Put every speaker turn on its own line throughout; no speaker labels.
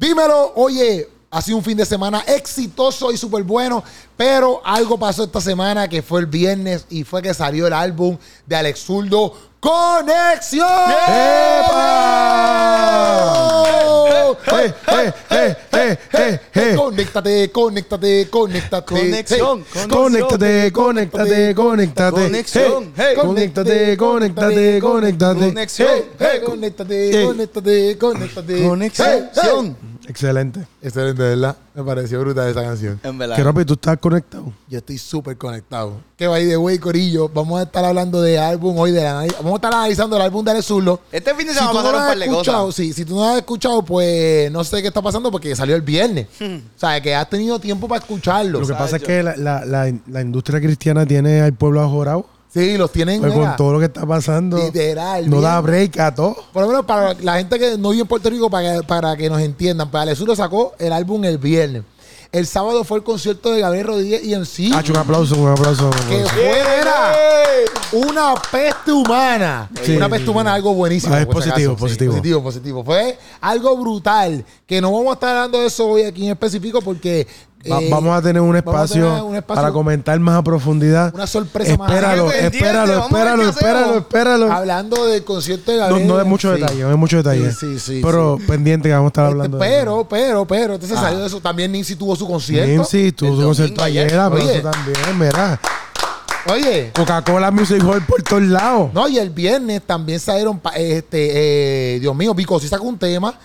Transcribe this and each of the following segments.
Dímelo, oye, ha sido un fin de semana exitoso y súper bueno, pero algo pasó esta semana que fue el viernes y fue que salió el álbum de Alex Zurdo, Conexión.
Eh, eh, eh, eh, eh, eh.
Conéctate, conéctate, conéctate.
Conexión,
Hey,
Conéctate, conéctate, conéctate.
Conexión.
Hey,
Hey.
Conéctate, conéctate, conéctate.
Conexión.
Hey,
hey, conéctate,
Hey.
conéctate, conéctate. Hey, hey.
Conexión.
Excelente.
Excelente, ¿verdad? Me pareció brutal esa canción.
En
Que
verdad.
rápido tú estás conectado.
Yo estoy súper conectado. Que va de wey, Corillo. Vamos a estar hablando de álbum hoy. De la, vamos a estar analizando el álbum de Ale Zurlo.
Este fin de
Si tú
semana
no
pasaron
lo
un
has
par de
escuchado,
cosas.
sí, si tú no lo has escuchado, pues no sé qué está pasando porque salió el viernes.
Hmm.
o sea, que has tenido tiempo para escucharlo.
Lo que pasa es
yo-
que la, la, la, la industria cristiana tiene al pueblo ajorado.
Sí, los tienen.
Pues
mira,
con todo lo que está pasando.
Literal,
No
bien.
da break a todo.
Por lo menos para la gente que no vive en Puerto Rico, para que, para que nos entiendan, para Alessuro sacó el álbum el viernes. El sábado fue el concierto de Gabriel Rodríguez y en sí,
Hacho, un aplauso, un aplauso. un
que
¡Eh,
aplauso.
fue era una peste humana.
Sí.
Una peste humana, algo buenísimo.
Ah, es
por si
positivo,
acaso. Sí,
positivo.
positivo, positivo. Fue algo brutal, que no vamos a estar hablando de eso hoy aquí en específico porque...
Va-
eh,
vamos a tener un
vamos a
espacio,
tener un espacio-
para comentar más a profundidad.
Una sorpresa más.
Espéralo,
Así que pendiente,
espéralo,
vamos a ver
espéralo,
qué
espéralo,
hacemos.
espéralo.
Hablando del concierto de
No,
Gabriel.
no es mucho
sí.
detalle, no es mucho detalle.
Sí, sí, sí,
pero pendiente que vamos a estar
Este,
hablando. Ah.
pero, pero, pero, entonces salió de eso. También Nimsi tuvo su concierto.
Sí,
El
tu
domingo
concierto ayer,
ayer.
pero
Este Oye.
eso también, mira.
Oye,
Coca-Cola Music Hall por todos lados.
no, y el viernes también salieron, pa- este, eh, Dios mío, Vico sí sacó un tema,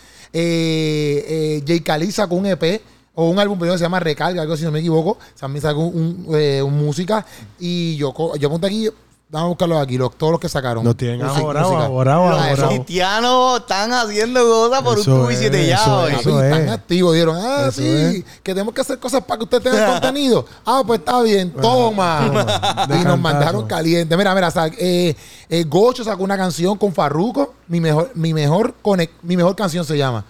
eh, eh, J. Cali sacó un EP, o un álbum primero que se llama Recarga, algo así, si no me equivoco, también sacó un, eh, un música, y yo, co- yo apunté aquí, vamos a buscarlos aquí, los, todos los que sacaron.
Nos tienen
Música,
ahorrado,
música.
ahorrado,
Ah, eso,
Los
ahorrado.
cristianos están haciendo cosas por un
Eso
tubo y siete
es,
ya
eso
hoy.
papi,
eso
están
es.
activos, dieron, ah,
Eso
sí,
es.
que tenemos que hacer cosas para que usted tenga el contenido. Ah, pues está bien, toma.
toma, de
y nos
cantazo.
mandaron caliente. Mira, mira, sa- eh, eh, Gocho sacó una canción con Farruko, mi mejor, mi mejor, conec- mi mejor canción se llama.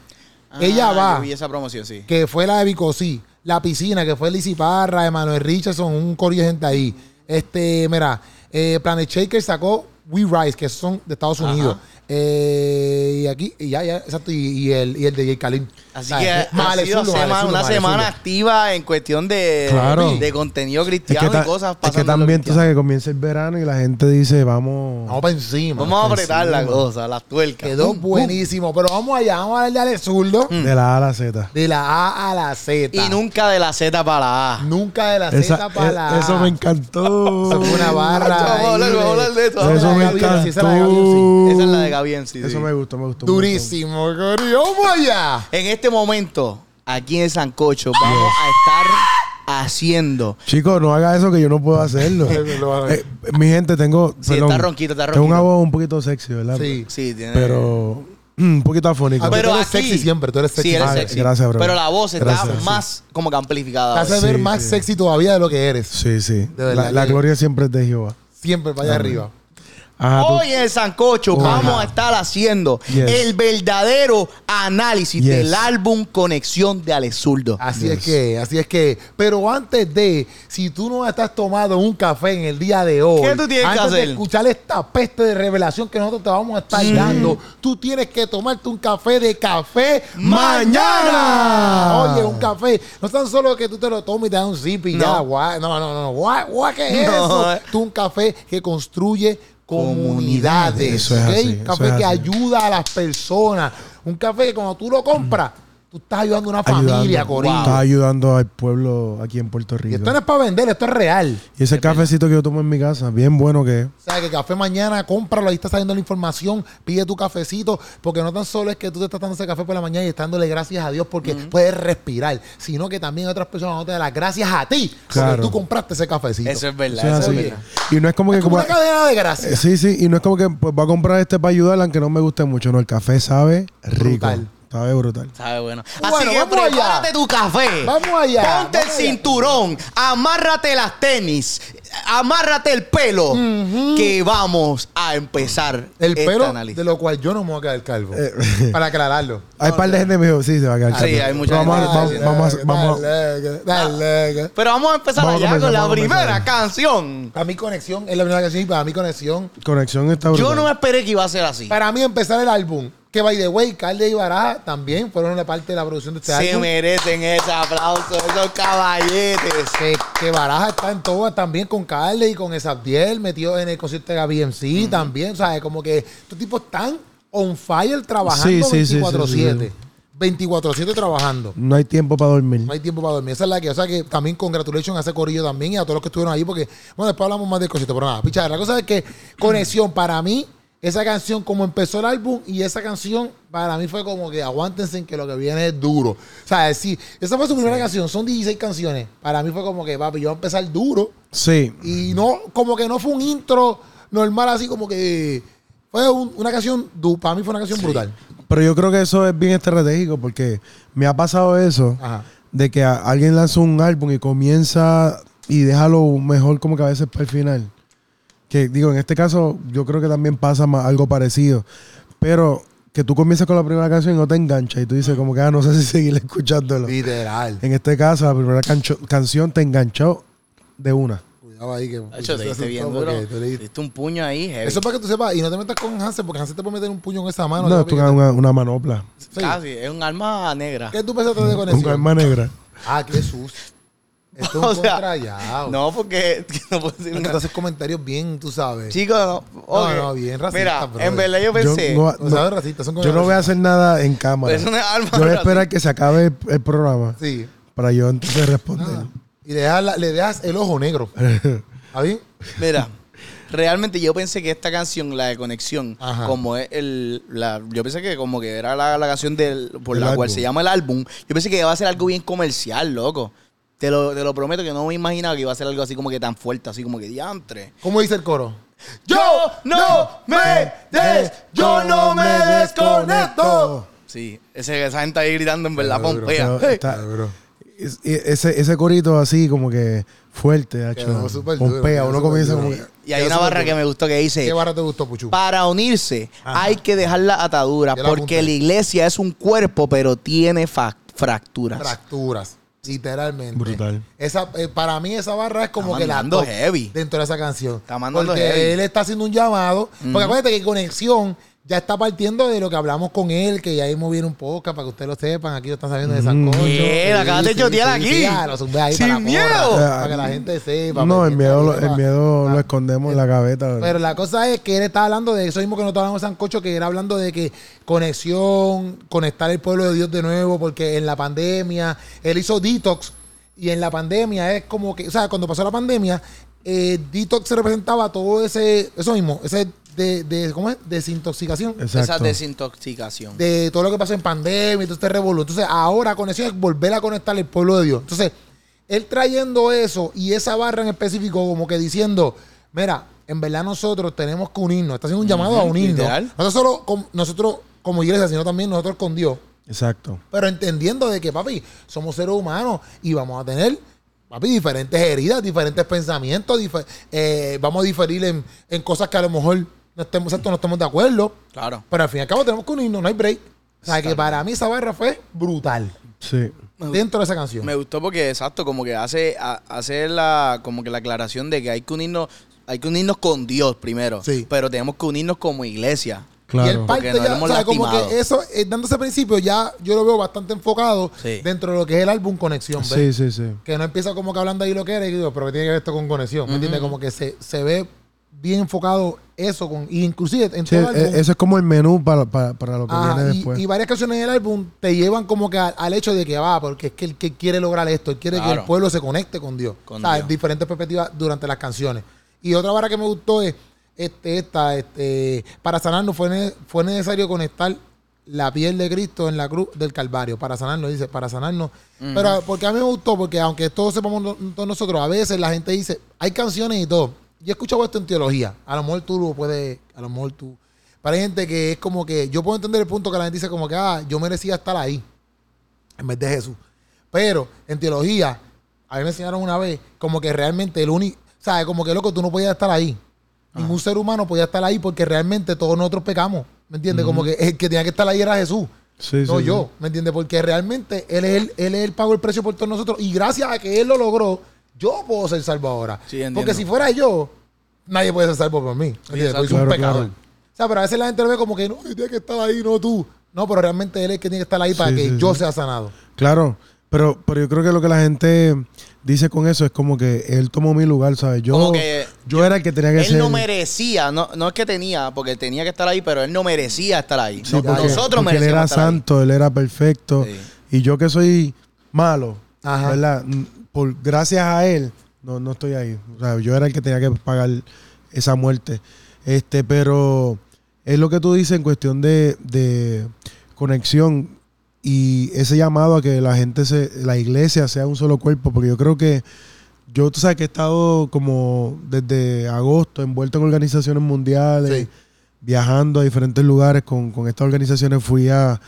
Ah,
Ella va,
yo vi esa promoción, sí.
que fue la de Bicosí, La Piscina, que fue Lizzy Parra, Emanuel Richardson, un corillo de gente ahí. Este, mira, eh, Planet Shaker sacó We Rise, que son de Estados
Ajá.
Unidos. Eh, y aquí, y ya, ya, exacto, y, y el, y el de J. Kalim.
Así
¿Sabes?
que ha
Male
sido
Zurdo, Male
semana-
Zurdo,
una
Male
semana
Zurdo.
activa en cuestión de,
Claro.
de contenido
Es
cristiano
que, ta-
y cosas
es
pasando.
que
en lo
también tú
cristiano.
sabes que comienza el verano y la gente dice, vamos.
Vamos para encima.
Vamos a apretar las cosas, las tuercas. Mm.
Quedó
Pum, pum.
buenísimo, pero vamos allá, vamos a darle al zurdo
de la A a la Z.
Mm. de la A a la Z.
Y nunca de la Z para la A.
Nunca de la
Esa-
Z para la
e-
A.
Eso me encantó.
Sacó una barra.
Vamos a hablar,
ahí
vamos a hablar de esto.
Esa es la
Eso me
de Gabriel, sí, esa es la de Gabriel, sí.
encantó.
Esa es la de Gaby en sí. sí.
Eso me gustó, me gustó.
Durísimo, Corillo. ¡Vamos allá!
En este momento, aquí en Sancocho, vamos a estar haciendo.
Chicos, no haga eso que yo no puedo hacerlo. Eh, mi gente, tengo.
Sí,
perdón,
está ronquito, está
Tengo
ronquito.
una voz un poquito sexy, ¿verdad?
Sí.
Sí, tiene.
Pero. mm, Un poquito afónico.
Ah,
Pero
tú eres
aquí-
sexy siempre, tú eres sexy.
sí, eres
Ah,
sexy.
gracias, bro.
Pero la voz está
Gracias.
más como que
Te
amplificada.
hace
Ah, Sí,
ver más
sí.
sexy todavía de lo que eres.
sí, sí.
verdad
La,
que-
la gloria siempre es de Jehová.
Siempre para allá arriba.
Ajá, tú-
Hoy en el Sancocho
Ajá.
vamos a estar haciendo
Yes.
el verdadero análisis
Yes.
del álbum Conexión de Alex Zurdo.
Así
Yes.
es que, así es que. Pero antes de, si tú no estás tomando un café en el día de hoy,
¿Qué tú tienes
antes
que hacer? Mm.
de escuchar esta peste de revelación que nosotros te vamos a estar dando, tú tienes que tomarte un café de café
Mañana.
Oye, un café. No tan solo que tú te lo tomes y te das un zip y
No.
ya, guay. No, no, no, no. Guay, guay, ¿qué es
No.
eso? Tú un café que construye comunidades.
Eso es
¿ok?
así,
Un
eso
café
es
que
así.
ayuda a las personas. Un café que cuando tú lo compras, tú estás ayudando a una familia,
ayudando.
Corillo.
Estás ayudando al pueblo aquí en Puerto
Y
Rico.
esto no es para vender, esto es real.
Y ese cafecito que yo tomo en mi casa, bien bueno que es.
O sea, que café mañana, cómpralo, ahí está saliendo la información, pide tu cafecito, porque no tan solo es que tú te estás dando ese café por la mañana y estás dándole gracias a Dios porque puedes respirar, sino que también otras personas no te dan las gracias a ti porque
Claro.
tú compraste ese cafecito.
Eso es
Eso es
verdad. Eso
así.
es verdad.
Y no es como que
Es como una
como-
cadena de gracias.
Eh, Sí, sí, y no es como que pues, voy a comprar este para ayudar, aunque no me guste mucho. No, el café sabe rico.
Brutal.
Sabe brutal.
Sabe bueno. Así
Bueno,
que
vamos allá.
prepárate tu café.
Vamos allá,
Ponte
vamos
el
allá.
cinturón. Amárrate las tenis. amárrate el pelo que vamos a empezar
El
este
pelo
análisis.
de lo cual yo no me voy a quedar calvo.
Eh,
para aclararlo.
Hay par de gente que me dijo, sí, se va a quedar.
Sí,
calvo.
hay mucha
vamos, a-
gente que
Vamos, vamos, vamos.
Dale, dale.
Pero vamos a empezar
Vamos a
allá
comenzar,
con la
vamos a comenzar.
primera canción.
Para mí conexión es la primera canción y para mí conexión.
Conexión está
Yo
brutal.
no me esperé que iba a ser así.
Para mí empezar el álbum. Que by the way, Calde y Baraja también fueron una parte de la producción de este
Se
álbum.
merecen ese aplauso, esos caballetes.
Que, que Baraja está en todas también con Calde y con Esabdiel, metido en el concierto de Gaby MC también. ¿Sabes? Como que estos tipos están on fire trabajando
Sí, sí, sí,
24-7.
sí, sí,
24-7 trabajando.
No hay tiempo para dormir.
No hay tiempo para dormir. Esa es la que. O sea que también congratulations a ese corillo también y a todos los que estuvieron ahí. Porque, bueno, después hablamos más del cosito. Pero nada, pichar. La cosa es que conexión para mí, esa canción, como empezó el álbum, y esa canción para mí fue como que aguántense que lo que viene es duro. O sea, sí, esa fue su primera canción. Son 16 canciones. Para mí fue como que, papi, yo voy a empezar duro.
Sí.
Y no, como que no fue un intro normal, así como que. Fue un- una canción, du- para mí fue una canción brutal.
Pero yo creo que eso es bien estratégico porque me ha pasado eso
Ajá.
de que a- alguien lanza un álbum y comienza y deja lo mejor como que a veces para el final. Que digo, en este caso yo creo que también pasa ma- algo parecido. Pero que tú comienzas con la primera canción y no te engancha y tú dices como que ah, no sé si seguir escuchándolo.
Literal.
En este caso la primera cancho- canción te enganchó de una.
Cuidado ahí que.
Hacho, te diste bien
porque
duro.
te diste-
Te diste un puño ahí, heavy.
Eso es para que tú sepas, y no te metas con Hansen, porque Hansen te puede meter un puño en esa mano.
No,
Ah, Yo,
tú
papi,
ganas una, una manopla.
sí.
Casi, es un alma negra.
¿Qué tú pensaste de
Un
conexión?
arma negra.
Ah, qué sus. Esto es
O
un
sea,
contrallado. No.
No, porque no puedo decir
Porque
nada.
tú haces comentarios bien, tú sabes.
Chicos, no. ok.
no, bien racista,
Mira,
brother.
en verdad yo
Yo
pensé.
no-
No, sabes racista, son
Yo no voy a
comentarios
hacer nada en cámara.
Pues,
es una alma
Yo voy a
negra.
esperar que se acabe el, el programa
Sí.
para yo entonces
Ah.
responder.
Y le dejas, la- le dejas el ojo negro. ¿Está bien?
Mira, realmente yo pensé que esta canción, la de conexión,
Ajá.
como es el. La, yo pensé que como que era la, la canción del, por
Del
la cual
álbum.
se llama el álbum. Yo pensé que iba a ser algo bien comercial, loco. Te lo, te lo prometo que no me imaginaba que iba a ser algo así como que tan fuerte, así como que diantre.
¿Cómo dice el coro?
Yo no me des, yo no me desconecto. Sí, ese, esa gente ahí gritando en verdad,
Seguro,
pompea.
Pero está- es- e- ese, ese corito así como que fuerte, hacho.
Quedó súper duro,
Pompea,
quedó
uno
súper
comienza
duro.
como que...
Y hay una barra que me gustó que dice.
¿Qué barra te gustó, Puchu?
Para unirse hay que dejar la atadura
Yo la
porque
apunté.
la iglesia es un cuerpo pero tiene fa- fracturas.
Fracturas. Literalmente.
Brutal.
Esa, eh, para mí esa barra es como
Está
que la
mandando
top
heavy.
dentro de esa canción.
Está mandando
porque
heavy.
él está haciendo un llamado. Porque acuérdate que Conexión ya está partiendo de lo que hablamos con él, que ya hemos viendo un podcast para que ustedes lo sepan. Aquí lo están sabiendo de Sancocho.
Bien, acabas de chotear aquí.
ya, lo sube ahí
Sin
para la porra,
miedo.
para que la gente sepa.
No,
porque
el miedo, lo,
esta
el
vida-
miedo lo escondemos en la gaveta.
pero la cosa es que él estaba hablando de eso mismo que no estaba hablando Sancocho, que era hablando de que conexión, conectar el pueblo de Dios de nuevo, porque en la pandemia, él hizo detox, y en la pandemia es como que, o sea, cuando pasó la pandemia, eh, detox representaba todo ese, eso mismo, ese de, de- ¿cómo es? Desintoxicación
Exacto.
Esa desintoxicación.
de todo lo que pasó en pandemia y todo este revolú. Entonces, ahora conexión es volver a conectar el pueblo de Dios. Entonces, él trayendo eso y esa barra en específico, como que diciendo, mira, en verdad nosotros tenemos que unirnos. Está haciendo un llamado a
Ujú,
unirnos.
literal.
No tan solo com- nosotros como iglesia, sino también nosotros con Dios.
Exacto.
Pero entendiendo de que, papi, somos seres humanos y vamos a tener, papi, diferentes heridas, diferentes pensamientos, dife- eh, vamos a diferir en, en cosas que a lo mejor no estemos, exacto, no estemos de acuerdo.
Claro.
Pero al fin y al cabo tenemos que unirnos, no hay break. O sea, que para mí esa barra fue brutal
Sí.
dentro de esa canción.
Me gustó porque exacto, como que hace, a- hace la, como que la aclaración de que hay que unirnos, hay que unirnos con Dios primero.
Sí.
Pero tenemos que unirnos como iglesia.
Y el
Claro.
pa-
parte
Porque nos
ya, o
hemos
sea, como
lastimado.
que eso, eh, dándose principio, ya yo lo veo bastante enfocado
Sí.
dentro de lo que es el álbum Conexión. ¿ves?
Sí, sí, sí.
Que no empieza como que hablando ahí lo que era y digo, pero que tiene que ver esto con conexión. ¿Me entiendes? Como que se, se ve bien enfocado eso con. Y inclusive en
Sí,
todo el
e-
álbum.
eso es como el menú para, para, para lo que
Ajá,
viene
Ah, y-
después.
y, varias canciones del álbum te llevan como que al, al hecho de que va, porque es que él que quiere lograr esto, él quiere que
Claro.
el pueblo se conecte con Dios.
Con
o sea,
Dios.
diferentes perspectivas durante las canciones. Y otra vara que me gustó es este, esta, este, para sanarnos fue, ne- fue necesario conectar la piel de Cristo en la cruz del Calvario, para sanarnos, dice, para sanarnos. Pero porque a mí me gustó, porque aunque todos sepamos no- todos nosotros, a veces la gente dice, hay canciones y todo. Yo he escuchado esto en teología, a lo mejor tú lo puedes, a lo mejor tú... Para hay gente que es como que, yo puedo entender el punto que la gente dice como que, ah, yo merecía estar ahí en vez de Jesús. Pero en teología, a mí me enseñaron una vez como que realmente el único, o ¿Sabes? Como que loco, tú no podías estar ahí.
Ah.
Ningún ser humano podía estar ahí porque realmente todos nosotros pecamos. ¿Me entiendes? Como que el que tenía que estar ahí era Jesús.
Sí,
no
sí,
yo, ¿me entiendes? Porque realmente él, es el, él, es el pagó el precio por todos nosotros. Y gracias a que él lo logró, yo puedo ser salvo ahora.
Sí, entiendo.
porque si fuera yo, nadie puede ser salvo por mí. ¿me entiendes? Porque
exacto.
soy un
Claro,
pecador.
claro.
O sea, pero a veces la gente lo ve como que no, yo tenía que estar ahí, no tú. No, pero realmente él es el que tiene que estar ahí para
Sí,
que
sí,
yo
sí.
sea sanado.
Claro, pero, pero yo creo que lo que la gente dice con eso es como que él tomó mi lugar, ¿sabes? Yo,
Como que
yo era el que tenía que ser.
Él no merecía, no, no es que tenía, porque tenía que estar ahí, pero él no merecía estar ahí.
Sí,
No,
porque-
nosotros
porque él era
merecíamos estar ahí.
santo, él era perfecto.
Sí.
Y yo que soy malo,
Ajá.
¿verdad? Mm, Por, gracias a él, no, no estoy ahí. O sea, yo era el que tenía que pagar esa muerte. Este, pero es lo que tú dices en cuestión de, de conexión y ese llamado a que la gente se, la iglesia sea un solo cuerpo, porque yo creo que yo, tú sabes que he estado como desde agosto envuelto en organizaciones mundiales,
Sí.
viajando a diferentes lugares con, con estas organizaciones. Fui a,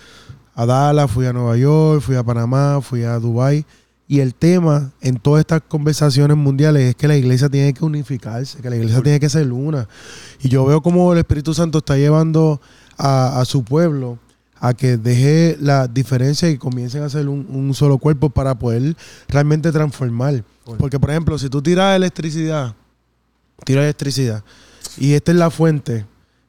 a Dallas, fui a Nueva York, fui a Panamá, fui a Dubai Y el tema en todas estas conversaciones mundiales es que la iglesia tiene que unificarse, que la iglesia tiene que ser una. Y yo veo cómo el Espíritu Santo está llevando a, a su pueblo a que deje las diferencias y comiencen a ser un, un solo cuerpo para poder realmente transformar. Porque, por ejemplo, si tú tiras electricidad, tiras electricidad, y esta es la fuente,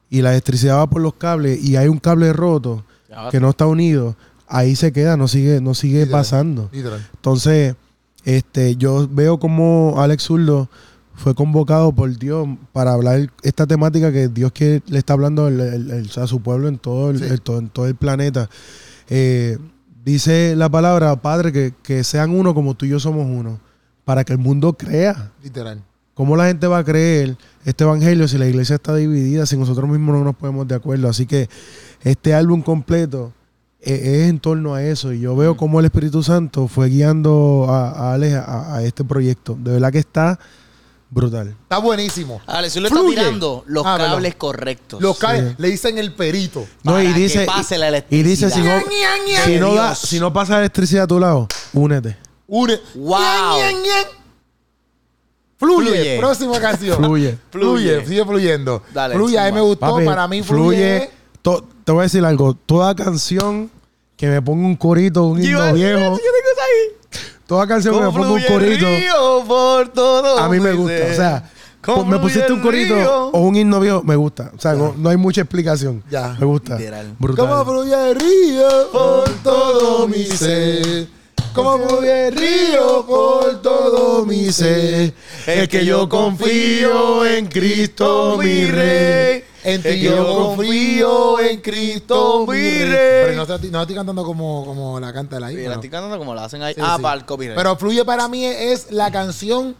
y la electricidad va por los cables, y hay un cable roto
Ya,
que no está unido, ahí se queda, no sigue, no sigue
Literal.
pasando.
Literal.
Entonces, este, yo veo como Alex Zurdo fue convocado por Dios para hablar esta temática que Dios que le está hablando el- el- el- a su pueblo en todo el,
Sí.
el- todo- en todo el planeta. Eh, dice la palabra, Padre, que, que sean uno como tú y yo somos uno, para que el mundo crea.
Literal.
¿Cómo la gente va a creer este evangelio si la iglesia está dividida, si nosotros mismos no nos ponemos de acuerdo? Así que este álbum completo eh, es en torno a eso. Y yo veo cómo el Espíritu Santo fue guiando a, a Alex a, a este proyecto. De verdad que está brutal.
Está buenísimo.
Alex, le está
Fluye.
tirando los
Ah,
cables
perdón.
correctos.
Los cables le dicen el perito.
No, y
Para que
dice,
pase la
y dice si no,
electricidad.
si no, da-
Dios.
si no pasa electricidad a tu lado, únete.
Une.
Wow.
Ñan, ñan, ñan. Fluye.
Fluye.
Próxima canción.
Fluye.
Fluye.
Fluye.
Sigue fluyendo.
Dale,
fluye. A mí
zumba.
me gustó.
Papi,
para mí fluye.
To- te voy a decir algo. Toda canción que me ponga un corito, un
Yo iba a
himno
decir
viejo.
eso, yo tengo esa ahí.
Toda canción que me ponga un
Confluye
corito.
el río por todo
A mí me
mi
gusta.
ser.
O sea,
Confluye
me pusiste un
el
corito
río.
o un himno viejo, me gusta. O sea, no, no hay mucha explicación.
Ya.
Me gusta.
Literal.
Brutal.
Como fluye el río por todo mi ser. Como fluye el río por todo mi ser.
Es que yo confío en Cristo, mi Rey.
En
Es
ti
que
yo
yo
confío, en Cristo mi rey. Pero no estoy, no estoy cantando como, como la canta la
Sí,
isla.
la estoy cantando como la hacen ahí.
Sí,
ah,
sí.
para el copyright.
Pero Fluye para mí es la canción,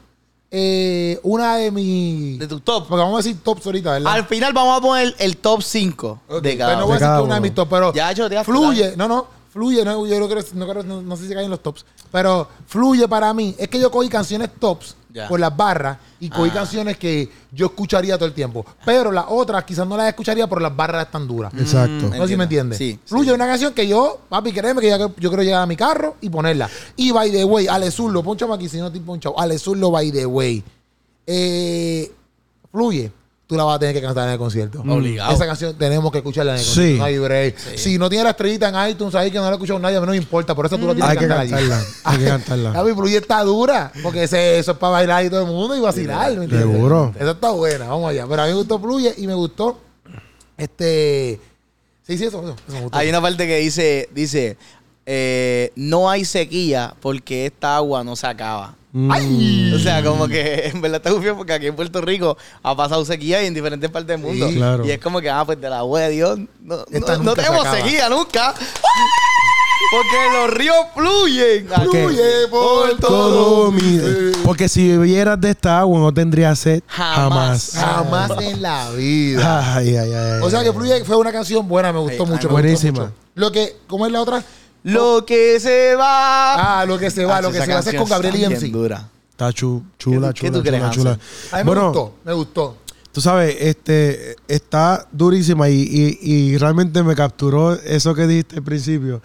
eh, una de mis...
de tu Ah,
Porque
top.
vamos a decir tops ahorita, ¿verdad?
Al final vamos a poner el top 5
Ok,
de cada
pero no
uno.
voy a
De
decir
cada
que una de
uno.
mis tops, pero
Ya, yo te voy a
fluye.
apretar.
No, no, fluye. No, yo no, creo, no, creo- no- no sé si caen los tops. Pero fluye para mí. Es que yo cogí canciones tops
Ya.
por las barras y cogí
Ah.
canciones que yo escucharía todo el tiempo. Pero las otras quizás no las escucharía por las barras tan duras.
Exacto.
No sé si me entiendes.
Sí,
Fluye una canción que yo, papi, créeme que ya- yo, quiero llegar a mi carro y ponerla. Y by the way, Ale Zurlo, ponchame aquí si no te ponchado. Ale Zurlo, by the way. Eh, fluye. Tú la vas a tener que cantar en el concierto.
Mm. Obligado.
Esa canción tenemos que escucharla en el
Sí.
concierto. No hay break. Si no tiene la estrellita en iTunes ahí que no la ha escuchado nadie, a mí no me importa. Por eso tú la tienes
Mm. Hay que
cantar allí.
cantarla. Hay que cantarla.
Papi, fluye está dura. Porque ese- eso es para bailar y todo el mundo y vacilar. ¿me entiendes?
Seguro.
Eso está buena. Vamos allá. Pero a mí me gustó Fluye y me gustó este. Sí, sí, eso, eso, eso me gustó.
Hay una parte que dice, dice, eh, no hay sequía porque esta agua no se acaba.
Mm.
¡Ay!
O sea, como que en verdad está gufio porque aquí en Puerto Rico ha pasado sequía y en diferentes partes del mundo.
claro.
Y es como que, ah, pues de la agua de Dios, no,
Esta
no- no
nunca se
tenemos
acaba.
sequía nunca. Porque los ríos fluyen.
Fluye por
Todo
todo
mi- Porque si bebieras de esta agua no tendría sed
Jamás.
jamás.
Jamás en la vida.
Ay, ay, ay,
O sea que Fluye fue una canción buena, me gustó
Ay,
mucho.
ay,
me gustó
buenísima.
mucho. Lo que, ¿cómo es la otra?
Lo que se va.
Ah, lo que se va, lo que se va a hacer con Gabriel y MC.
Dura.
Está chu- chula, chula,
¿Qué tú- qué tú
chula,
crees,
chula.
Hansel?
A mí me
Bueno,
gustó, me gustó.
Tú sabes, este está durísima y, y- y realmente me capturó eso que dijiste al principio.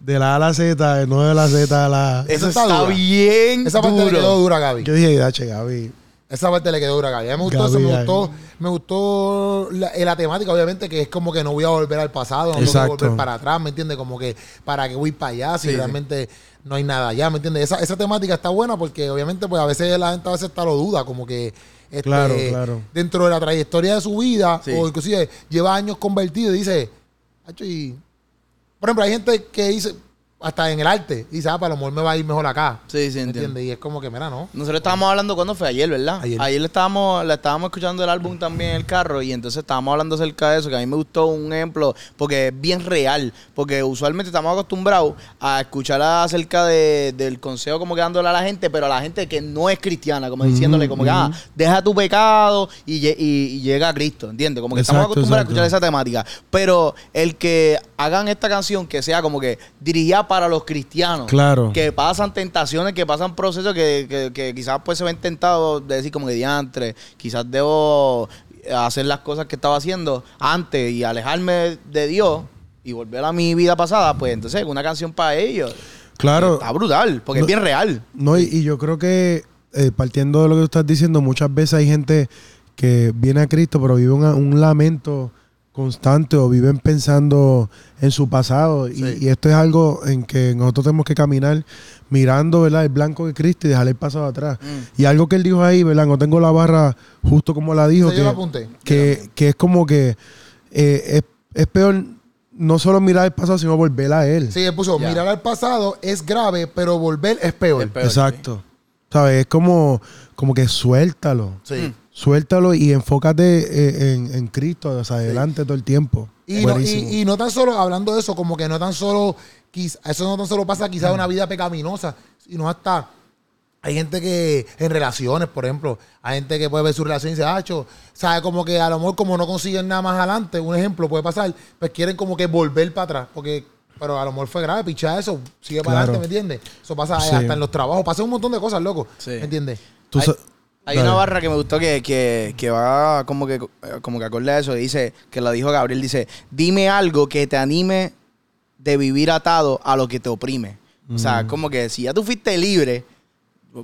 De la A a la Z, no de la Z a la.
Eso
está
está,
dura.
bien
Esa parte me
duro.
quedó dura, Gaby.
Yo dije, Dache, Gaby.
Esa parte le quedó dura, Gaby. A mí me gustó eso, me
Gaby,
gustó, me gustó la, eh, la temática, obviamente, que es como que no voy a volver al pasado, no tengo que
Exacto.
volver para atrás, ¿me entiendes? Como que para que voy para allá si
Sí, sí.
realmente no hay nada allá, ¿me entiendes? Esa, esa temática está buena porque obviamente pues a veces la gente a veces está lo duda, como que este,
Claro, claro.
dentro de la trayectoria de su vida,
Sí.
o inclusive lleva años convertido y dice, "Acho, y... por ejemplo, hay gente que dice, hasta en el arte, y dice, ah, para lo mejor me va a ir mejor acá.
Sí, sí,
¿Me
entiendo.
entiendes? Y es como que, mira, no.
Nosotros estábamos hablando cuando fue ayer, ¿verdad?
Ayer.
Ayer, le estábamos, le estábamos escuchando el álbum también en el carro y entonces estábamos hablando acerca de eso, que a mí me gustó un ejemplo, porque es bien real, porque usualmente estamos acostumbrados a escuchar acerca de- del consejo como que dándole a la gente, pero a la gente que no es cristiana, como diciéndole como que, ah, deja tu pecado y, lle- y- y llega a Cristo, ¿entiendes? Como que estamos
Exacto,
acostumbrados a escuchar
exacto.
esa temática, pero el que hagan esta canción que sea como que dirigida para los cristianos,
Claro.
que que pasan tentaciones, que pasan procesos que, que- que quizás pues se ven tentados de decir como que diantre, quizás debo hacer las cosas que estaba haciendo antes y alejarme de Dios y volver a mi vida pasada, pues entonces una canción para ellos.
Claro.
Está brutal, porque
No-
es bien real.
Eh, No, y, y yo creo que eh, partiendo de lo que tú estás diciendo, muchas veces hay gente que viene a Cristo pero vive una- un lamento constante o viven pensando en su pasado. Y-
Sí.
Y, esto es algo en que nosotros tenemos que caminar mirando ¿verdad? el blanco de Cristo y dejar el pasado atrás. Y algo que él dijo ahí, ¿verdad? no tengo la barra justo como la dijo.
Eso yo
que-
lo apunté.
que, que es como que eh, es, es peor no solo mirar el pasado, sino volver a él.
Sí, él puso,
Ya.
mirar al pasado es grave, pero volver es peor.
Es peor.
Exacto. ¿Sabes? Es como, como que suéltalo.
Sí.
Suéltalo y enfócate eh, en, en Cristo, o sea, adelante todo el tiempo.
Y no,
Buenísimo.
y, y no tan solo, hablando de eso, como que no tan solo, quiz- eso no tan solo pasa quizás
Mm.
en una vida pecaminosa, sino hasta hay gente que en relaciones, por ejemplo, hay gente que puede ver su relación y dice, hacho, sabe como que a lo mejor como no consiguen nada más adelante, un ejemplo puede pasar, pues quieren como que volver para atrás, porque, pero a lo mejor fue grave, pichada eso, sigue para
Claro.
adelante, ¿me entiendes? Eso pasa
Sí.
hasta en los trabajos, pasa un montón de cosas, loco,
Sí.
¿me entiendes?
Tú
hay
sa-
hay
Dale.
una barra que me gustó que, que- que va como que, como que acorde a eso. Dice, que la dijo Gabriel, dice, dime algo que te anime de vivir atado a lo que te oprime. O
Mm.
sea, como que si ya tú fuiste libre,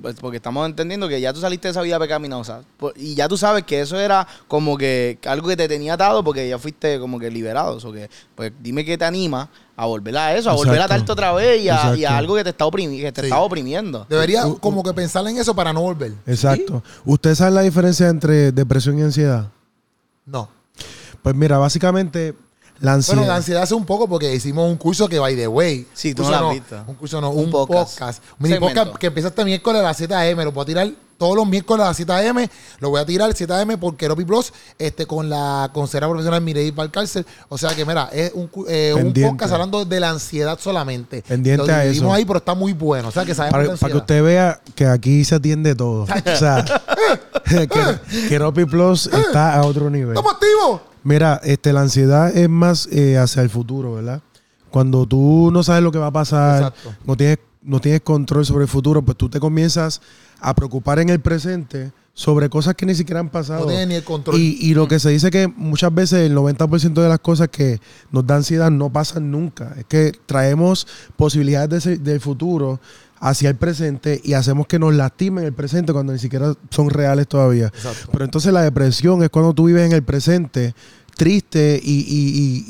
pues, porque estamos entendiendo que ya tú saliste de esa vida pecaminosa. po- Y ya tú sabes que eso era como que algo que te tenía atado porque ya fuiste como que liberado. O sea, que, pues dime que te anima a volver a eso, a volver a
Exacto.
atarte otra vez y a, y a
Exacto.
algo que te está, oprimi- que te
Sí.
está oprimiendo.
Debería
Uh,
como que pensar en eso para no volver.
Exacto. ¿Usted sabe la diferencia entre depresión y ansiedad?
No.
Pues mira, básicamente la ansiedad.
Bueno, la ansiedad hace un poco porque hicimos un curso que by the way.
Sí,
un
tú no
curso
la has visto.
Un curso no,
Un
un, podcast.
podcast.
Un mini
Segmento.
podcast que empieza este miércoles a las 7 a.m. Lo voy a tirar todos los miércoles a las 7 a.m. Lo voy a tirar 7 a.m. por Keropi Plus este, con la consejera profesional Mireille Valcárcel. O sea que, mira, es un, cu- eh, un
Pendiente.
podcast hablando de la ansiedad solamente.
Pendiente
Lo
a
dividimos
eso.
ahí, pero está muy bueno. O sea que sabemos de
Para, para que
ansiedad.
usted vea que aquí se atiende todo. O sea, que, que Ropi Plus está a otro nivel.
¡Estamos activos!
Mira, este, la ansiedad es más eh, hacia el futuro, ¿verdad? Cuando tú no sabes lo que va a pasar,
Exacto.
no tienes, no tienes control sobre el futuro, pues tú te comienzas a preocupar en el presente sobre cosas que ni siquiera han pasado.
No tienes ni el control.
Y, y lo que se dice que muchas veces el 90% de las cosas que nos dan ansiedad no pasan nunca. Es que traemos posibilidades de se- del futuro hacia el presente y hacemos que nos lastimen el presente cuando ni siquiera son reales todavía.
Exacto.
Pero entonces la depresión es cuando tú vives en el presente triste y, y- y-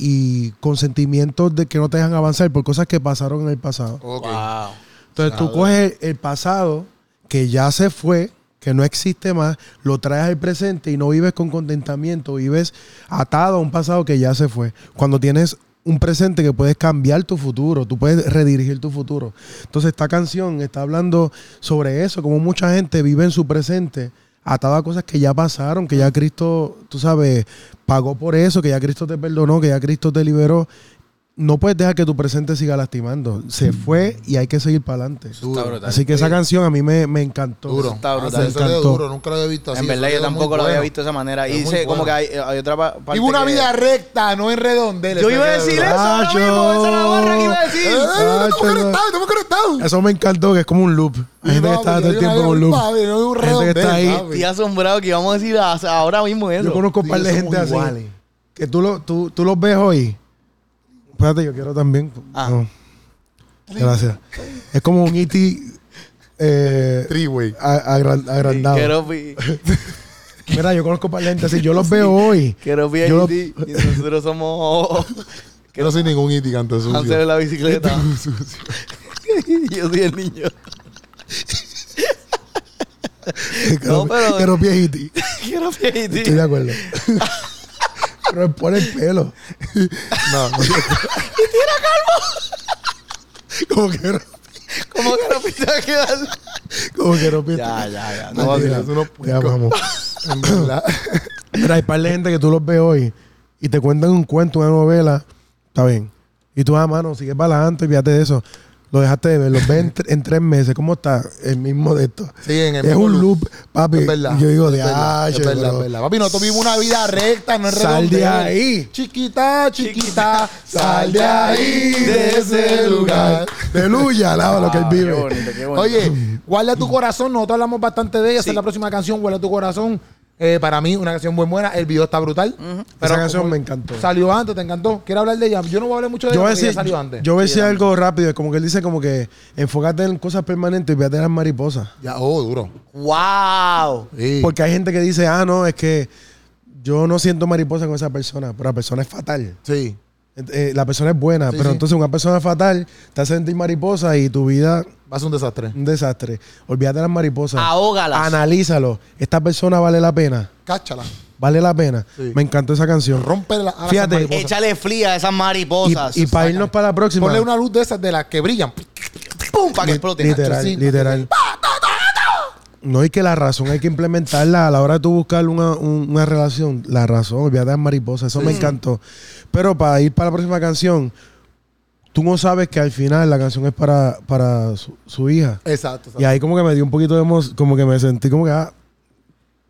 y con sentimientos de que no te dejan avanzar por cosas que pasaron en el pasado.
Ok.
Wow.
Entonces tú coges el, el pasado que ya se fue, que no existe más, lo traes al presente y no vives con contentamiento, vives atado a un pasado que ya se fue. Cuando tienes un presente que puedes cambiar tu futuro, tú puedes redirigir tu futuro. Entonces esta canción está hablando sobre eso, como mucha gente vive en su presente atado a cosas que ya pasaron, que ya Cristo, tú sabes, pagó por eso, que ya Cristo te perdonó, que ya Cristo te liberó. No puedes dejar que tu presente siga lastimando.
Mm.
Se fue y hay que seguir para adelante.
Está brutal.
Así que esa canción a mí me, me encantó.
Duro.
está
Ah,
brutal.
eso le dio
Encantó.
duro, nunca lo había visto así.
en
eso
verdad
le
yo
dio muy
tampoco lo había
bueno.
visto de esa manera.
Es muy
Y dice como
bueno.
que hay, eh, hay otra pa- parte.
Vive una
que-
vida recta, no en redondel.
Yo iba a decir eso ahora
Nacho.
mismo. Esa es la barra que iba a decir.
Eh, ¡No estamos
Nacho, no.
conectados, estamos conectados!
Eso me encantó, que es como un loop. Hay gente que está todo el tiempo en un loop. Hay gente que está ahí.
Estoy asombrado que íbamos a decir a- ahora mismo eso.
Yo conozco un par de
Ellos
gente
somos
así.
iguales.
Que tú, lo, tú, tú los ves hoy. Espérate, yo quiero también.
Ah.
No. Gracias. Es como un E.T. E eh,
Triway.
a- agran- agrandado.
Quiero pi-
Mira, yo conozco para lentes y yo los veo hoy.
quiero E pi-
Yo lo-
y nosotros somos
Que no soy ningún iticante
Hansel
sucio.
de la bicicleta. Yo soy el niño.
Quiero-
pero-
Quiero E piejiti.
Quiero pi-
Estoy de acuerdo. Pero me pone el pelo.
No, no.
Como que no,
¿Cómo que no piensas que vas?
como que este Ah, no pienso.
Ya, ya, ya.
No,
No,
sí,
Mentira.
es uno
Te
puerco.
amamos.
en verdad.
Mira, hay par de gente que tú los ves hoy y te cuentan un cuento, una novela, está bien. Y tú, ah, mano, sigues para adelante, fíjate de eso. Lo dejaste de ver, los ves en, tre- en tres meses. ¿Cómo está? El mismo de esto.
Sí, en el
es
mismo
un loop, papi.
Es verdad.
Yo digo,
es
de
verdad,
ah,
es verdad, es verdad. Papi, nosotros vivimos una vida recta, no es
Sal de
redondeo.
ahí.
Chiquita, chiquita,
Sal de ahí, de ese lugar. Aleluya, alaba lo que él
Ah,
Ah,
Qué
vive.
bonito, qué bonito.
Oye, guarda tu corazón. Nosotros hablamos bastante de ella. Esa es la próxima canción, guarda tu corazón. Eh, para mí, una canción muy buena. El video está brutal.
Esa canción
como
me encantó.
Salió antes, te encantó. Quiero hablar de ella. Yo no voy a hablar mucho de ella
Yo voy a
porque
decir,
ella salió antes.
yo voy a decir algo rápido. Como que él dice, como que enfócate en cosas permanentes y fíjate en las mariposas.
ya, oh, duro.
¡Wow!
Sí.
Porque hay gente que dice, ah, no, es que yo no siento mariposa con esa persona, pero la persona es fatal.
sí.
Ent- eh, la persona es buena,
Sí,
pero
sí.
entonces una persona fatal te hace sentir mariposa y tu vida
Va a ser un desastre.
un desastre. Olvídate de las mariposas.
Ahógalas.
Analízalo. Esta persona vale la pena.
Cáchala.
Vale la pena.
Sí.
Me encantó esa canción.
Rompe la a las
Fíjate,
mariposas.
Échale fría a esas
Y,
mariposas.
y para irnos para la próxima.
Ponle una luz de esas de las que brillan.
¡Pum! Para que explote.
Literal,
sí,
literal.
"Ah,
No, y que la razón hay que implementarla a la hora de tú buscar una, un- una relación. La razón, olvídate de las mariposas, eso me encantó. Pero para ir para la próxima canción, tú no sabes que al final la canción es para, para su, su hija.
Exacto. exacto.
Y ahí como que me dio un poquito de emoción, como que me sentí como que, ah,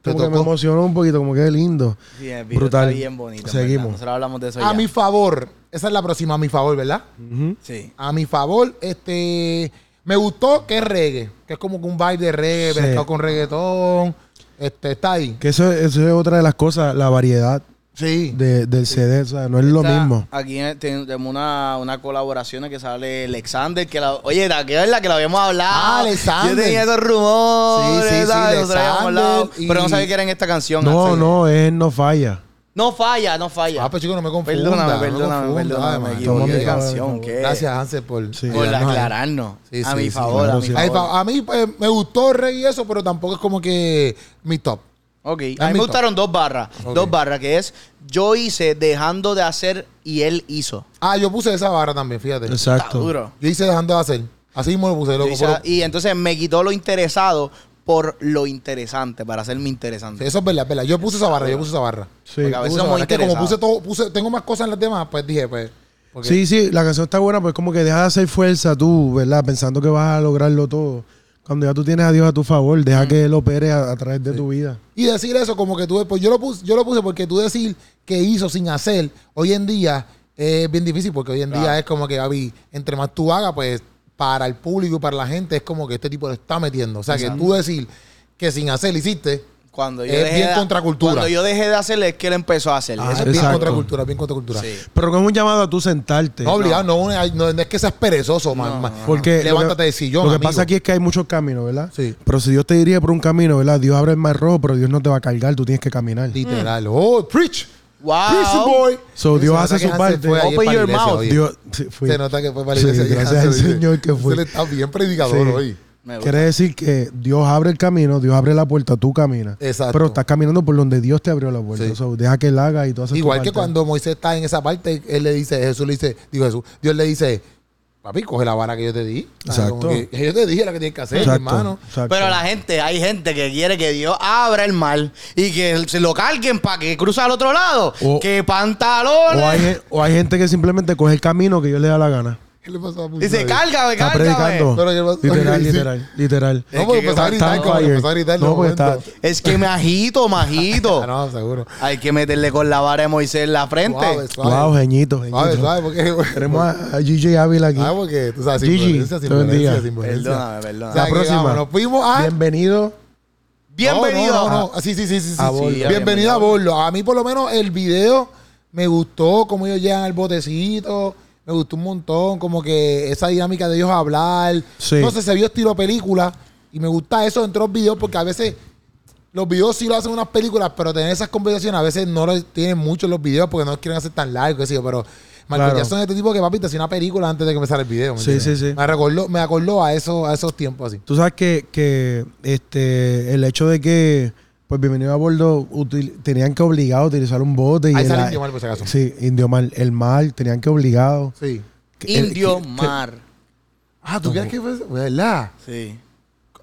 Te
como que me
tocó.
emocionó un poquito, como que lindo.
Sí, el video
Brutal.
Está bien bonito. en
Seguimos.
verdad. Nosotros hablamos de eso
A
ya.
mi favor. Esa es la próxima, a mi favor, ¿verdad?
Ujú.
Sí.
A mi favor, este. Me gustó que es reggae, que es como que un vibe de reggae,
Sí.
mezclado con reggaetón. Este, está ahí.
Que eso, eso es otra de las cosas, la variedad
Sí.
de- del CD, o sea, no es lo
Esta-
mismo.
Aquí en- ten- tenemos una, una colaboración en que sale Alexander. Que la, oye, la que es la que la habíamos hablado.
Ah, Alexander.
Yo tenía esos rumores.
Sí, sí, sí,
¿sabes? Nosotros habíamos
Alexander
hablado,
y-
Pero no sabía que era en esta canción.
No,
Alexander.
no, es No Falla.
No falla, no falla.
Ah, pues chicos, no me confunda.
Perdóname,
no me
perdóname,
confunda,
perdóname,
además.
me
Toma
equivoqué
mi
de
favor, por
canción.
favor.
¿qué?
Gracias, Hansel, por.
Sí.
Por
ayudarnos ahí.
aclararnos.
Sí,
a
sí,
mi
sí,
favor,
claro,
a mi
sí.
Ahí
favor.
va. A mí pues, me gustó el reggae y eso, pero tampoco es como que mi top.
Ok,
Dame
a mí me
todo.
gustaron dos barras.
Ok.
Dos barras, que es yo hice dejando de hacer y él hizo.
Ah, yo puse esa barra también, fíjate.
Está
Exacto.
duro.
Yo hice dejando de hacer. Así mismo lo puse,
Yo
loco.
hice-
pero-
y entonces me quitó lo interesado por lo interesante, para hacerme interesante.
Eso es verdad, es verdad. Yo puse esa barra, yo puse esa barra.
Sí.
Porque a veces
Puse esa
somos
barra. Es que como puse
interesados.
todo, puse, tengo más cosas en las demás, pues dije, pues. porque-
Sí, sí, la canción está buena, pues como que deja de hacer fuerza tú, ¿verdad? Pensando que vas a lograrlo todo. Cuando ya tú tienes a Dios a tu favor,
Mm.
deja que Él opere a, a través de tu vida.
Y decir eso, como que tú, pues yo lo puse, yo lo puse porque tú decir que hizo sin hacer, hoy en día eh, es bien difícil, porque hoy en día es como que, Gaby, entre más tú hagas, pues para el público y para la gente es como que este tipo lo está metiendo. O sea, que tú decir que sin hacer hiciste,
Cuando yo
Es
dejé
bien
de,
contracultura.
Cuando yo dejé de hacer es que él empezó a hacer.
Ah,
eso
Eso-
es bien
exacto.
contracultura, bien contracultura.
sí.
Pero que es un llamado a tú sentarte.
No obligado, no, no, no es que seas perezoso, man, man.
Porque lo
levántate
que-
de sillón.
Lo que
amigo.
pasa aquí es que hay muchos caminos, ¿verdad?
Sí.
Pero si Dios te dirige por un camino, ¿verdad? Dios abre el mar rojo, pero Dios no te va a cargar, tú tienes que caminar.
Literal. Oh, preach.
Wow.
Preach, boy.
So,
Se
Dios
nota
hace
que
su
Hansel
parte.
fue ayer
Open
para la
your
iglesia
mouth,
hoy.
Dios, sí, fui.
Se nota que fue para la iglesia.
Pues, Sí,
ayer,
gracias al
Hansel, oye.
Señor que fue.
Hansel está bien predicador
Sí.
hoy.
Me gusta.
Quiere decir que Dios abre el camino, Dios abre la puerta, tú caminas.
Exacto.
Pero estás caminando por donde Dios te abrió la puerta.
Sí.
So, deja que Él haga y tú haces tu
Igual que
parte.
cuando Moisés está en esa parte, él le dice, Jesús le dice, digo Jesús, Dios le dice, papi, coge la vara que yo te di. O sea, como
Exacto.
que yo te dije la que tienes que hacer,
Exacto,
hermano.
exacto.
Pero la gente, hay gente que quiere que Dios abra el mar y que se lo carguen para que cruza al otro lado.
O- O
que
hay,
pantalones.
gen- o hay gente que simplemente coge el camino que Dios le da la gana.
¿Qué le pasó a Moisés?
Dice, cárgame,
Está
cárgame.
predicando.
Pero yo-
Literal,
Sí.
literal, literal.
No, porque
Es que
empezó a
Está- está
gritar, cabrón,
fire.
empezó a gritar. de
No, porque
momento.
está...
Es que me agito, me agito.
Ah, no, seguro.
Hay que meterle con la vara de Moisés en la frente.
Suave, suave.
Wow, geñito,
Suave,
geñito.
suave, porque...
Tenemos a, a GJ Ávila aquí.
Ah, porque tú sabes, sin
Gigi,
violencia, sin
te bendiga.
violencia, sin violencia.
Perdóname, perdóname.
O sea,
La
que
próxima.
vamos, Nos fuimos a...
Bienvenido.
Bienvenido.
No, no, no, no. Ah, Sí, sí, sí, sí. sí.
A bordo.
Sí, Bienvenido a Borlo. A mí, por lo menos, el video me gustó, como ellos llegan al botecito. Me gustó un montón, como que esa dinámica de ellos hablar.
Sí.
Entonces se vio estilo película, Y me gusta eso dentro de los videos porque a veces los videos sí lo hacen unas películas, pero tener esas conversaciones a veces no lo tienen mucho en los videos porque no los quieren hacer tan largos, qué sé yo, pero Michael
Claro.
Jackson es este tipo que papi te hacía una película antes de que empezara el video. ¿me
Sí,
entiendes?
sí, sí.
Me acordó, me acordó a, eso, a esos tiempos así.
Tú sabes que, que, este, el hecho de que, pues, Bienvenido a Bordo util- tenían que obligado a utilizar un bote. Y
Ahí
el-
sale Indio Mar, por si acaso.
Sí, Indio Mal. El mal, tenían que obligado.
Sí.
que- el-
Indio
que-
Mar.
Ah, ¿tú crees que fue? ¿Verdad?
Sí.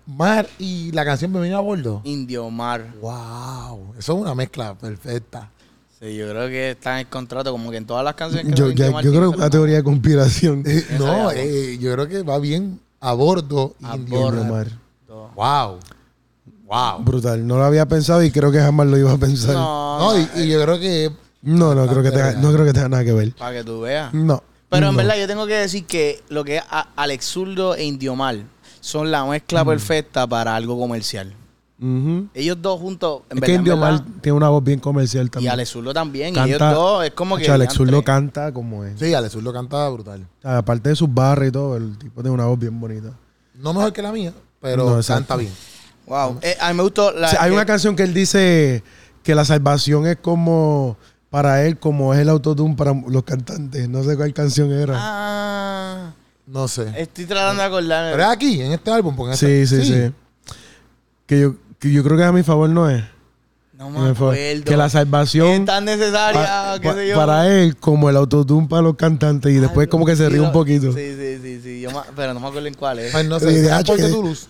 Mar y la canción me vino a bordo.
Indio Mar.
Wow, eso es una mezcla perfecta.
Sí, yo creo que está en el contrato, como que en todas las canciones que
Yo,
sale Indio
ya-
Mar
yo
tiene
creo
que
que una
ser-
teoría de conspiración.
Eh, no,
ya, ya.
eh, yo creo que va bien a bordo.
A
Indio
Indio
bordo.
Mar.
Mar.
Wow. Wow.
Brutal. No lo había pensado y creo que jamás lo iba a pensar. No,
No, eh.
No, y, y yo creo que
no, creo, que tenga,
real.
no creo que tenga nada que ver.
para que tú veas.
No.
Pero en
no.
verdad yo tengo que decir que lo que es a- Alex Zurdo e Indio Mar son la mezcla
Mm.
perfecta para algo comercial.
Ujú.
Ellos dos juntos, en
Es
verdad,
que
en
Indio
verdad,
Mal tiene una voz bien comercial
y
también.
Alex Zurdo también, y ellos
Canta-
dos es como que...
Chacho, Alex
diantre.
Zurdo canta como es.
sí, Alex lo cantaba brutal.
O sea, aparte de sus barras y todo, el tipo tiene una voz bien bonita.
No mejor que la mía, pero
No, exacto.
canta bien.
Wow. Eh, a mí me gustó la...
O sea, hay
que-
una canción que él dice que la salvación es como para él, como es el autotune para los cantantes. No sé cuál canción era.
Ah,
No sé.
estoy tratando de acordarme.
Pero es aquí, en este álbum.
Ah.
Porque en
sí,
este-
sí, sí, Que yo, que yo creo que es a mi favor no es.
No
A
me
mi favor.
acuerdo.
Que la
es
salvación
tan necesaria,
pa-
qué
pa-
sé yo.
para él, como el autotune para los cantantes. Y después
Algo.
como que se
Sí,
ríe
lo-
un poquito.
Sí, sí, sí, sí. Yo ma- pero no me acuerdo en cuál es.
Ay, Pues no sé.
Sí,
¿será
de
Puerto
H.
Toulouse?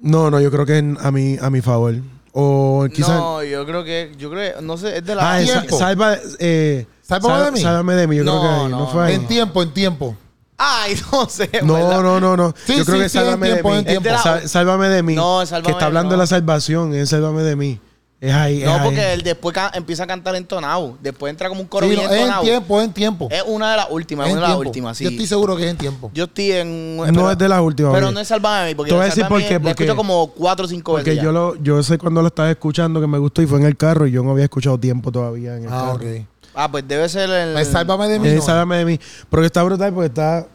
No, no, yo creo que es a mi, a mi favor. O quizás...
No, yo creo que, yo creo, que- no sé, es de la
ah, esa-
Tiempo.
salva, eh,
Sálvame
sal-
de mí.
Sálvame de mí. Yo
No,
creo que ahí,
no,
no, fue ahí.
En tiempo, en tiempo.
Ay, no sé.
No,
¿verdad?
no, no, no.
Sí,
Yo creo
sí,
que
sí,
Sálvame
en tiempo,
de
en
mí.
tiempo.
Es de la- Sá- Sálvame de mí.
No, Sálvame
que está hablando
no.
de la salvación, es Sálvame de mí. Es ahí, es
No,
ahí.
porque él después ca- empieza a cantar entonado. Después entra como un coro
Sí,
bien
no, es en
entonado.
tiempo, es en tiempo.
Es una de las últimas,
Es
es
en
una de las
tiempo.
últimas, sí.
Yo estoy seguro que es en tiempo.
Yo estoy en...
No es de las últimas,
Pero
oye.
no es Salvame de mí, porque
Te voy a
Sálvame
decir por qué,
de mí la
porque-
escucho como cuatro o cinco
Porque
veces.
yo
ya.
lo, yo sé cuando lo estaba escuchando que me gustó y fue en el carro y yo no había escuchado tiempo todavía en el
Ah,
carro.
ok.
Ah, pues debe ser el...
Pues sálvame de mí.
Es
no.
Sálvame de mí. Pero que está brutal porque está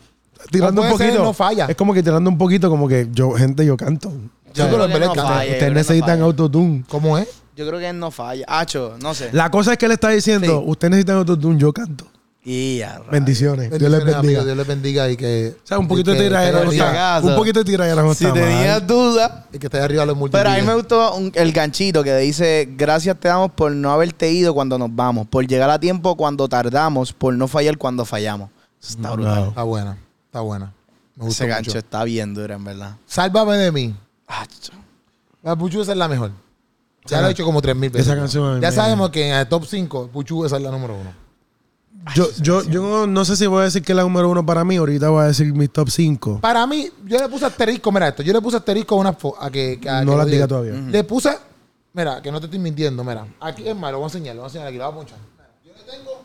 tirando
No
un
puede ser,
poquito.
no falla.
Es como que tirando un poquito, como que yo, gente, yo canto. O
Yo
sea,
creo que
que
él
no
canta.
falla. yo creo
Ustedes
que no
necesitan
falla.
autotune.
¿Cómo es?
Yo creo que él no falla. Acho, no sé.
La cosa es que él está diciendo,
Sí.
ustedes necesitan autotune, yo canto.
Y a rayos.
Bendiciones. Dios les
Bendiciones,
bendiga.
amigos, Dios les bendiga y que.
O sea, un poquito de tiradera no
tiradero.
si
está.
acaso.
Un poquito de tiradera no
Si
está mal.
tenías dudas...
Y que esté arriba de los múltiples.
Pues Pero a mí me gustó un- el ganchito que dice, gracias te damos por no haberte ido cuando nos vamos, por llegar a tiempo cuando tardamos, por no fallar cuando fallamos. Eso está
No,
brutal.
no.
Está buena, está buena. Me gusta
Ese gancho
mucho.
está bien duro, en verdad.
Sálvame de mí.
Acho.
La Puchu esa es la mejor. Ya
Esa-
lo he hecho como 3.000 veces.
esa canción a mí
Ya
me-
sabemos que en el top 5, Puchu esa es la número uno.
Yo, yo, yo no, no sé si voy a decir que es la número uno para mí. Ahorita voy a decir mis top 5.
Para mí, yo le puse asterisco, mira esto, yo le puse asterisco a una fo- a que, que- a que
No
lo
las diga
diga.
todavía.
Le puse, mira, que no te estoy mintiendo, mira. Aquí es más, lo voy a enseñar, lo voy a enseñar aquí, lo voy a ponchar. Yo le tengo,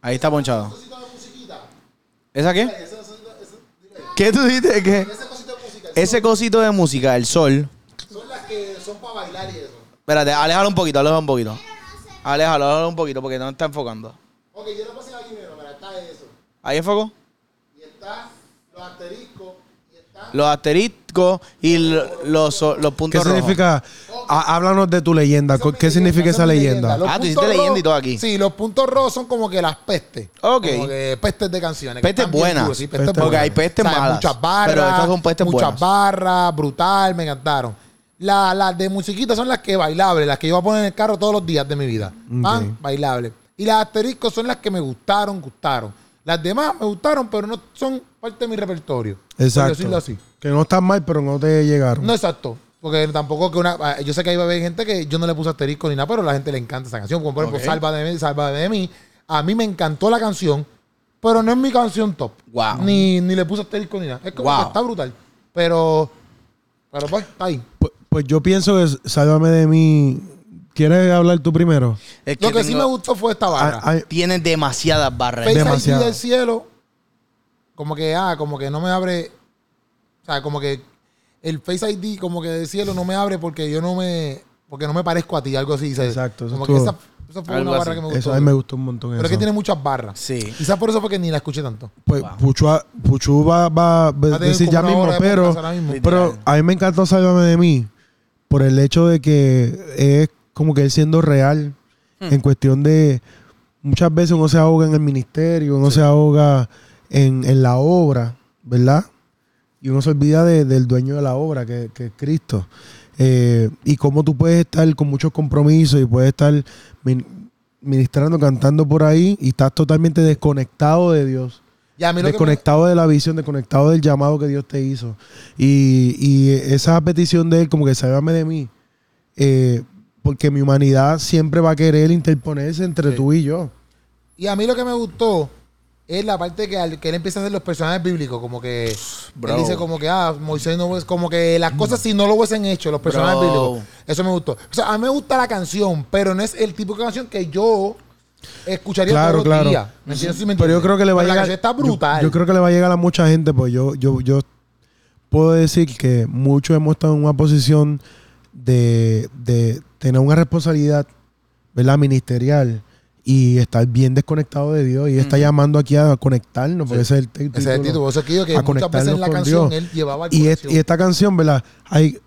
Ahí está ponchado. ¿Esa qué? ¿Qué tú dijiste? ¿Qué? Ese cosito de música, el sol.
son las que son para bailar y eso.
Espérate, aléjalo un poquito, aléjalo un poquito. Aléjalo, aléjalo un poquito porque no está enfocando.
Ok, yo lo puse aquí primero, mira, está eso.
¿Ahí enfocó?
Y está los asteriscos y está...
Los asteriscos y lo- los, so- los
¿Qué
puntos rojos.
significa? Ah, háblanos de tu leyenda.
Esa es mi
¿Qué significa esa
es mi
leyenda?
Los
Ah, tú hiciste
puntos
leyenda
rojos-
y todo aquí.
Sí, los puntos rojos son como que las pestes.
Ok.
Como que pestes de canciones. que
Pestes
están bien
buenas.
duras, sí, pestes
Pestes
buenas.
buenas.
Ok, hay pestes malas,
Muchas barras.
pero estas son pestes
Muchas
buenas.
barras, brutal, me encantaron. La- Las de musiquita son las que bailables, las que yo voy a poner en el carro todos los días de mi vida. Van,
Ok.
bailables. Y las asteriscos son las que me gustaron, gustaron. Las demás me gustaron, pero no son parte de mi repertorio. por decirlo
Exacto.
así.
Que no están mal, pero no te llegaron.
No, exacto. Porque tampoco que una. ah, Yo sé que ahí va a haber gente que yo no le puse asterisco ni nada, pero a la gente le encanta esa canción. Como por ejemplo,
Ok.
Salva de mí, Salva de mí. A mí me encantó la canción, pero no es mi canción top.
Wow.
Ni, ni le puse asterisco ni nada. Es como
Wow.
que está brutal. Pero. Pero pues, está ahí.
Pues, pues yo pienso que Sálvame de mí. ¿Quieres hablar tú primero?
Es
Lo que sí me
tengo-
gustó fue esta barra.
Ah, ah,
Tiene demasiadas barras.
Face ID
demasiado.
del cielo. Como que, ah, como que no me abre. O sea, como que el Face ID como que del cielo no me abre porque yo no me. Porque no me parezco a ti, algo así. dice.
Exacto, eso
Como que
estuvo-
esa Eso fue
Algo
una barra
así.
que me gustó.
Eso a mí me gustó un montón.
Pero es
eso.
que tiene muchas barras.
Sí.
Quizás por eso fue que ni la escuché tanto.
Pues Puchua- Puchu va, va a
Va a tener
decir
como
ya
una
mismo,
hora de
pero,
podcast ahora mismo.
pero a mí me encantó Sálvame de mí por el hecho de que es como que él siendo real en cuestión de muchas veces uno se ahoga en el ministerio, uno se ahoga en, en la obra, ¿verdad? Y uno se olvida de- del dueño de la obra, que, que es Cristo. Eh, y cómo tú puedes estar con muchos compromisos y puedes estar min- ministrando, cantando por ahí y estás totalmente desconectado de Dios
Y a mí lo que me-
desconectado de la visión, desconectado del llamado que Dios te hizo. Y, y esa petición de él, como que sálvame de mí, eh, porque mi humanidad siempre va a querer interponerse entre
Sí.
tú y yo.
Y a mí lo que me gustó es la parte que, al- que él empieza a hacer los personajes bíblicos, como que
bro.
él dice como que ah, Moisés no hubiese- como que las cosas si no lo hubiesen hecho los personajes
Bro.
bíblicos. Eso me gustó. O sea, a mí me gusta la canción, pero no es el tipo de canción que yo escucharía
Claro,
todos los
claro.
días. ¿Me entiendes? ¿Sí me
Pero yo
entiendes?
creo que le va
Pero la
a llegar.
canción está brutal.
Yo, yo creo que le va a llegar a mucha gente, pues yo, yo, yo puedo decir que muchos hemos estado en una posición de, de tener una responsabilidad, ¿verdad? Ministerial y estar bien desconectado de Dios y está llamando aquí a conectarnos, porque ese es el t-
Ese es el título. Por Eso que digo que
a
muchas veces en la
conectarnos
canción
con Dios.
él llevaba al
y, es-
corazón.
y esta canción, ¿verdad? Hay,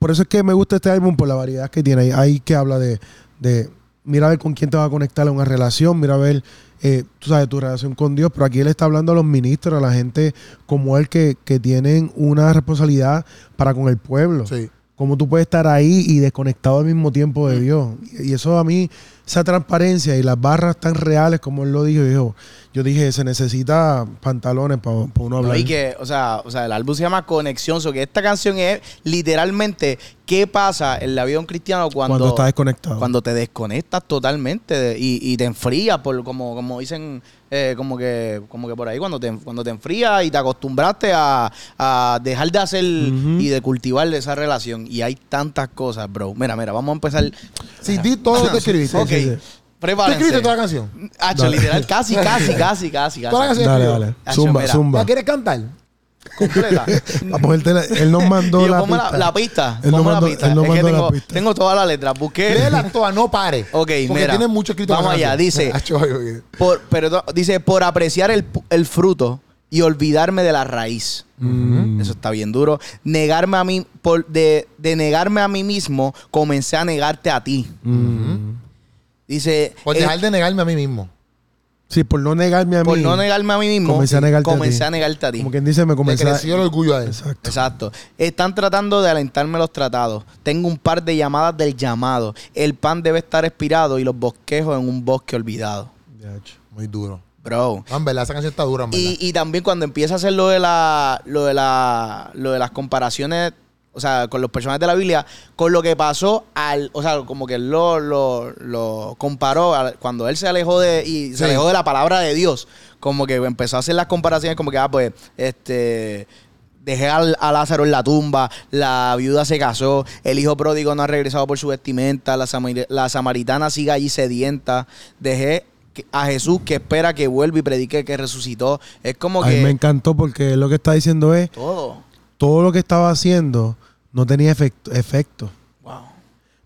por eso es que me gusta este álbum, por la variedad que tiene. Hay, hay que habla de, de, mira a ver con quién te va a conectar a una relación, mira a ver, eh, tú sabes, tu relación con Dios, pero aquí él está hablando a los ministros, a la gente como él que, que tienen una responsabilidad para con el pueblo.
Sí.
Cómo tú puedes estar ahí y desconectado al mismo tiempo de Dios. Y y eso a mí, esa transparencia y las barras tan reales como él lo dijo, dijo yo dije, se necesita pantalones para uno
No,
hablar.
y que, o sea, o sea, el álbum se llama Conexión, o sea, que esta canción es literalmente qué pasa en la vida de un cristiano cuando,
cuando, estás desconectado.
cuando te desconectas totalmente de- y, y te enfrías, por, como, como dicen, eh, como que como que por ahí, cuando te, cuando te enfrías y te acostumbraste a, a dejar de hacer
Ujú.
y de cultivar esa relación. Y hay tantas cosas, bro. Mira, mira, vamos a empezar.
Sí, di todo lo que escribiste.
ok,
sí, sí.
¿Tú
prepárense.
escribiste toda la canción?
Hacho,
Dale.
literal, casi, casi, casi, casi,
Toda la
casi.
canción
dale,
escribió.
dale.
Hacho,
Zumba,
mira.
¿La
zumba.
quieres cantar?
Completa.
Vamos, él, te la- él nos mandó
Y yo
la,
pongo
pista.
la, la pista.
Él nos
pongo la
mandó-
pista.
él nos
es que
mandó la
tengo,
pista.
tengo toda la letra. Busqué.
Léela toda, no pare.
Ok,
Porque
mira.
tiene mucho escrito.
Vamos
para la
allá,
canción.
dice.
Hacho, ay, oye.
Por, pero to- dice, por apreciar el, pu- el fruto y olvidarme de la raíz.
Mm.
Eso está bien duro. Negarme a mí, por, de, de negarme a mí mismo, comencé a negarte a ti. Mm-hmm.
Mm.
Dice,
Por
eh,
dejar de negarme a mí mismo.
Sí, por no negarme a mí.
por no negarme a mí mismo,
Comencé a negarte a
comencé
ti.
a negarte a ti.
Como quien dice, me
Me
comencé a-
creció el orgullo a él.
Exacto.
Exacto. Están tratando de alentarme los tratados. Tengo un par de llamadas del llamado. El pan debe estar expirado y los bosquejos en un bosque olvidado.
Ya, hecho.
Muy duro.
Bro.
Ah, en verdad, esa canción está dura, en verdad.
Y, y también cuando empieza a hacer lo de la, lo de la, lo de las comparaciones, o sea, con los personajes de la Biblia, con lo que pasó al, o sea, como que él lo, lo, lo comparó al- cuando él se alejó de, y
Sí.
se alejó de la palabra de Dios, como que empezó a hacer las comparaciones, como que, ah, pues, este. Dejé al- a Lázaro en la tumba, la viuda se casó, el hijo pródigo no ha regresado por su vestimenta, la, samari- la samaritana sigue allí sedienta, dejé que- a Jesús que espera que vuelva y predique que resucitó. Es como
A mí me
que
encantó porque lo que está diciendo es,
todo.
todo lo que estaba haciendo no tenía efect- efecto.
Wow.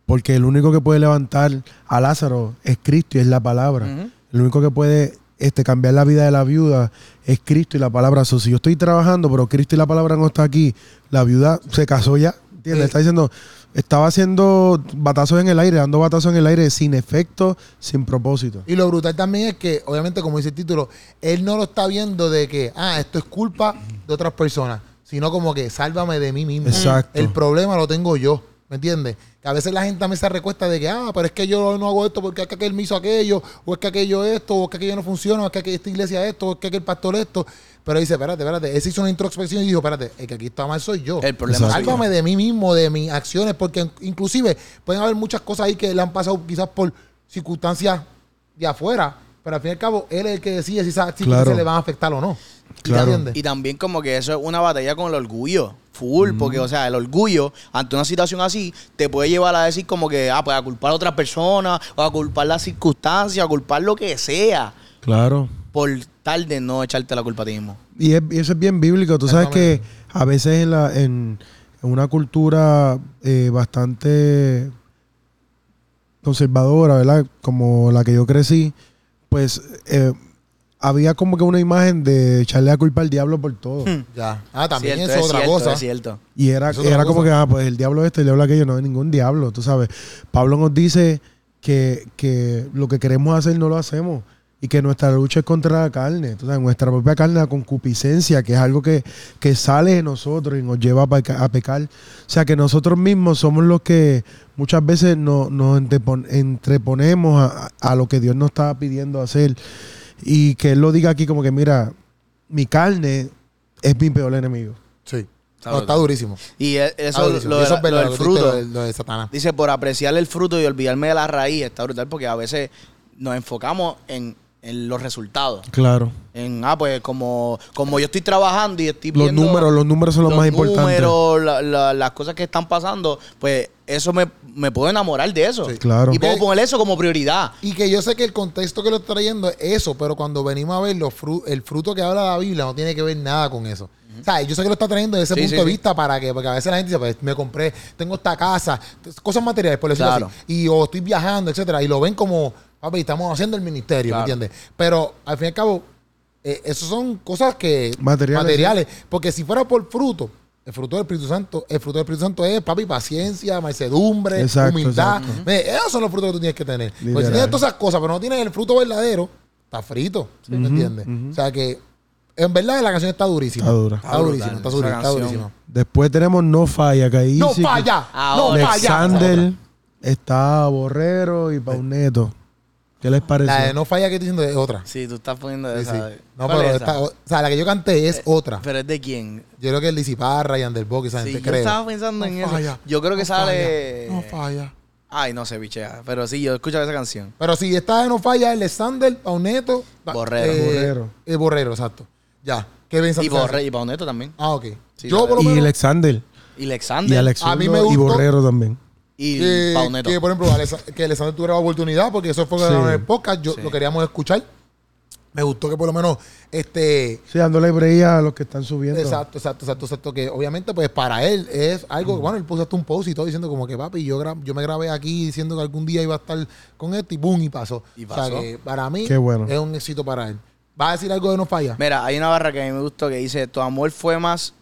Porque el único que puede levantar a Lázaro es Cristo y es la palabra.
Ujú.
El único que puede este, cambiar la vida de la viuda es Cristo y la palabra. So, si yo estoy trabajando, pero Cristo y la palabra no está aquí, la viuda se casó ya. ¿Entiendes?
Sí.
Está diciendo, estaba haciendo batazos en el aire, dando batazos en el aire sin efecto, sin propósito.
Y lo brutal también es que, obviamente, como dice el título, él no lo está viendo de que, ah, esto es culpa de otras personas, sino como que sálvame de mí mismo.
Exacto.
El problema lo tengo yo, ¿me entiendes? Que a veces la gente también se recuesta de que, ah, pero es que yo no hago esto porque es que aquel me hizo aquello, o es que aquello esto, o es que aquello no funciona, o es que aquella- esta iglesia esto, o es que aquel pastor esto. Pero dice, espérate, espérate, él se hizo una introspección y dijo, espérate, el que aquí está mal soy yo.
El problema soy
Sálvame de mí mismo, de mis acciones, porque inclusive pueden haber muchas cosas ahí que le han pasado quizás por circunstancias de afuera, pero al fin y al cabo él es el que decide si esas circunstancias
Claro.
le van a afectar o no.
Claro.
¿Entiendes?
Y también como que eso es una batalla con el orgullo. Full,
Mm.
porque, o sea, el orgullo ante una situación así te puede llevar a decir como que, ah, pues a culpar a otra persona, o a culpar las circunstancias, a culpar lo que sea,
Claro.
por tal de no echarte la culpa a ti mismo.
Y, es- y eso es bien bíblico. Tú sabes que a veces en, la, en, en una cultura eh, bastante conservadora, ¿verdad? Como la que yo crecí, pues eh, había como que una imagen de echarle la culpa al diablo por todo.
Ya. Ah, también
Cierto,
es otra
cierto,
cosa.
Es cierto.
Y era,
Es otra
era como
cosa.
que, ah, pues el diablo este, el diablo aquello, no hay ningún diablo, tú sabes. Pablo nos dice que, que lo que queremos hacer no lo hacemos y que nuestra lucha es contra la carne, tú sabes, nuestra propia carne, la concupiscencia, que es algo que, que sale de nosotros y nos lleva a, peca- a pecar. O sea, que nosotros mismos somos los que muchas veces no- nos entrepon- entreponemos a, a lo que Dios nos está pidiendo hacer y que Él lo diga aquí como que, mira, mi carne es mi peor enemigo.
Sí.
Está
No, está
brutal.
durísimo.
Y e-
Está
eso,
durísimo.
lo,
Y
de
eso
la-
es verdad,
lo
lo
del
que tú dijiste,
fruto.
lo de- lo de Satanás.
Dice, por apreciar el fruto y olvidarme de la raíz, está brutal porque a veces nos enfocamos en, en los resultados.
Claro.
En, ah, pues como, como yo estoy trabajando y estoy
Los
viendo
números, los números son los, más importantes.
números, la- la- las cosas que están pasando, pues eso me, me puedo enamorar de eso.
Sí.
Claro.
Y puedo poner eso como prioridad.
Y que yo sé que el contexto que lo está trayendo es eso, pero cuando venimos a ver los fru- el fruto que habla la Biblia no tiene que ver nada con eso. O sea, yo sé que lo está trayendo desde ese
Sí,
punto
sí,
de
sí.
vista para que, porque a veces la gente dice, pues me compré, tengo esta casa, entonces, cosas materiales, por decirlo
Claro.
así, y o estoy viajando, etcétera, y lo ven como, papi, estamos haciendo el ministerio,
Claro.
¿me entiendes? Pero al fin y al cabo, eh, esas son cosas que
Materiales,
materiales, porque si fuera por fruto, el fruto del Espíritu Santo, el fruto del Espíritu Santo es, papi, paciencia, mansedumbre,
Exacto,
humildad, Ve, Esos son los frutos que tú tienes que tener. Porque si
Literal.
tienes todas esas cosas, pero no tienes el fruto verdadero, está frito. ¿Me entiendes? O sea que, en verdad, la canción está durísima.
Está dura.
Está durísima,
brutal,
está,
esa
duri- está
canción.
durísima.
Después tenemos No Falla, que ahí
No
sí que-
falla, no
Ahora.
falla.
Alexander, está Borrero y Pauneto. ¿Qué les parece?
La de no falla que estoy diciendo es otra.
Sí, tú estás poniendo
Sí,
esa.
sí. No,
¿Cuál
pero
es
esta,
esa?
o sea, la que yo canté es otra.
¿Pero es de quién?
Yo creo que es Lizzy Parra y Underbox y esa
Sí,
gente,
yo
creo.
estaba pensando en
No
eso.
falla,
Yo creo que
no
sale.
falla, no falla.
Ay, no sé, bichea. Pero sí, yo escucho esa canción.
Pero si está de no falla, Alexander, Pauneto, pa-
Borrero.
Borrero.
eh, Borrero, exacto. Ya. ¿Qué piensas
Y,
tú de eso?
Borre, y Pauneto también.
Ah, ok.
Sí,
yo
la
por lo
y
menos-
Alexander.
Y
Y
Alexander.
Alexander.
A mí me
Y
gustó-
Borrero también.
y
que,
Pauneto.
eh, que, por ejemplo, Alesa- que Alessandro tuviera la oportunidad, porque eso fue lo que
Sí.
hablaron en el podcast, yo,
Sí.
lo queríamos escuchar. Me gustó que por lo menos, este,
Sí, dándole breilla a los que están subiendo.
exacto, exacto, exacto, exacto, que obviamente pues para él es
Mm.
algo, que, bueno, él puso hasta un post y todo diciendo como que papi, yo, gra- yo me grabé aquí diciendo que algún día iba a estar con esto y boom, y pasó.
Y
O sea,
pasó.
que para mí
Qué bueno.
es un éxito para él. ¿Vas a decir algo de no falla?
Mira, hay una barra que a mí me gustó que dice: Tu amor fue más.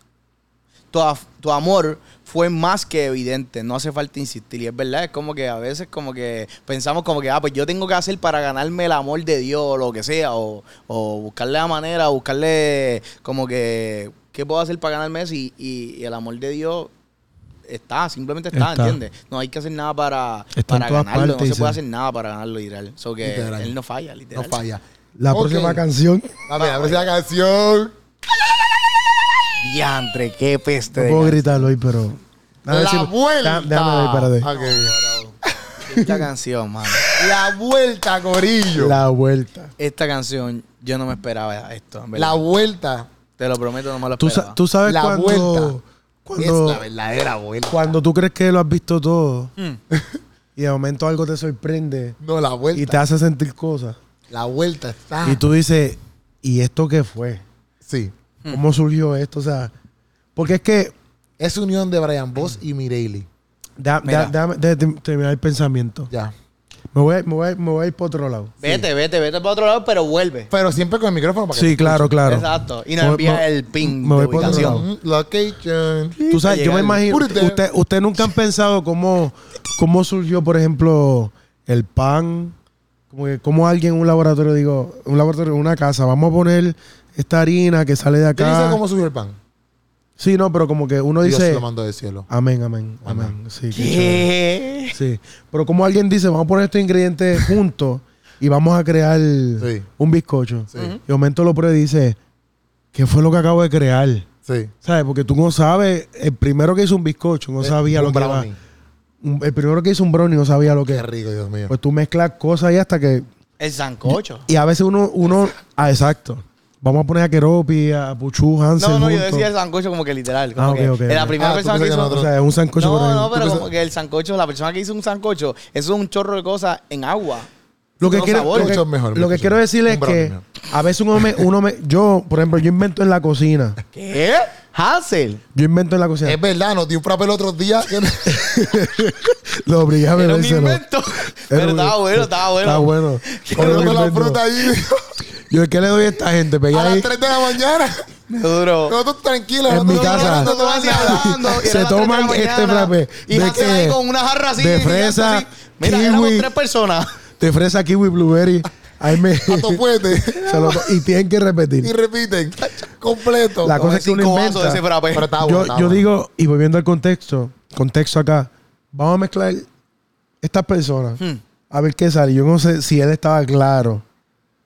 Tu, af- tu amor fue más que evidente, no hace falta insistir. Y es verdad, es como que a veces como que pensamos como que, ah, pues yo tengo que hacer para ganarme el amor de Dios o lo que sea, o, o buscarle la manera, buscarle como que, ¿qué puedo hacer para ganarme eso? Y, y- y el amor de Dios está, simplemente está,
Está.
¿entiendes? No hay que hacer nada para,
Está en
para
todas
ganarlo,
partes,
no se puede
dice.
hacer nada para ganarlo, literal. So que
Literal.
él no falla, literal.
No falla.
La
Ok.
próxima canción.
A ver, la próxima canción.
Diantre, qué peste.
No
de
puedo
canción.
gritarlo hoy, pero.
La
Déjame-
vuelta.
Déjame ver, espérate.
Ok.
Esta canción, mano.
La vuelta, Corillo. La,
La vuelta.
Esta canción, yo no me esperaba esto. en verdad.
vuelta.
Te lo prometo, no me lo
Tú,
esperaba.
sa- tú sabes
La
cuando.
vuelta. Es
Cuando,
la Hmm. verdadera vuelta.
cuando tú crees que lo has visto todo y de momento algo te sorprende
No, la vuelta.
y te hace sentir cosas.
La vuelta está.
Y tú dices, ¿y esto qué fue?
Sí.
¿Cómo surgió esto? O sea, porque es que,
Es unión de Brian Boss y Mireille.
da-
Mira.
da- dame- déjame terminar el pensamiento.
Ya.
Me voy, a- me, voy, a- me voy a ir por otro lado.
vete, vete, vete para otro lado, pero vuelve.
Pero siempre con el micrófono para que.
Sí, claro, claro.
Exacto. Y nos
Me-
envía
me-
el ping
me voy
de
por otro
ubicación.
lado.
Mm, Location.
Tú sabes, yo me
Llegar-
imagino,
Púrate.
usted, usted nunca han pensado cómo, cómo surgió, por ejemplo, el pan, como que cómo alguien en un laboratorio, digo, un laboratorio, en una casa, vamos a poner esta harina que sale de
¿Quién dice
acá.
cómo subió el pan?
Sí, no, pero como que uno
Dios
dice, Ah,
lo mandó del cielo.
amén, amén,
Amén.
amén. Sí, qué chévere.
¿Qué?
Sí. Pero como alguien dice, vamos a poner estos ingredientes juntos y vamos a crear un bizcocho.
Sí.
Y de momento lo prueba y dice, ¿qué fue lo que acabo de crear?
Sí.
¿Sabes? Porque tú no sabes, el primero que hizo un bizcocho no
Eh,
sabía
un
lo que
brownie.
era. Un- El primero que hizo un brownie no sabía lo que
Qué
era.
rico, Dios mío.
Pues tú mezclas cosas ahí hasta que...
El sancocho.
Y a veces uno... uno ah, exacto. Vamos a poner a Keropi, a Puchu, Hansel
No, no, yo
juntos.
decía el sancocho como que literal. Como
Ah, ok,
que
ok,
La
ok.
primera
Ah, tú
persona
piensas
que
que
hizo.
O sea, es un sancocho. por
no,
ejemplo.
no, pero
Tú
como
piensas-
que el sancocho, la persona que hizo un sancocho, eso es un chorro de cosas en agua.
Lo que,
Los
quiero,
sabores.
lo que-
Mucho mejor,
lo que
mucho
quiero
mejor.
decir es
Un brownie,
que
mira.
a veces uno me, uno me- Yo, por ejemplo, yo invento en la cocina.
¿Qué? Hazel.
Yo invento en la cocina.
Es verdad, nos dio un frappe el otro día. que-
Lo obligué a
Era un
bebérselo.
invento.
Era
Pero
un-
estaba bueno, estaba bueno.
Está bueno. Era un
Con la
invento.
fruta ahí
Yo, ¿qué le doy a esta gente? Pegué
a las
ahí.
3 de la mañana.
Duro.
Nosotros tranquilos.
En
nosotros
mi casa.
hablando,
No te
no
vas
hace
ni
nada.
hablando. Y
Se
era las tres de la
toman este
mañana.
frappé.
Y
¿De
Hazel
qué?
ahí con una jarra así.
De
y gigante así.
fresa,
Mira, éramos
kiwi.
tres personas.
Te fresa kiwi blueberry. Ahí me.
A topuete.
se lo- y tienen que repetir.
Y repiten. Completo.
La cosa es Pues que uno
Cinco vasos
inventa.
de ese frappé.
Pero está bueno,
yo,
está
yo
bueno.
digo, y volviendo al contexto, contexto acá, vamos a mezclar estas personas
Hmm.
a ver qué sale. Yo no sé si él estaba claro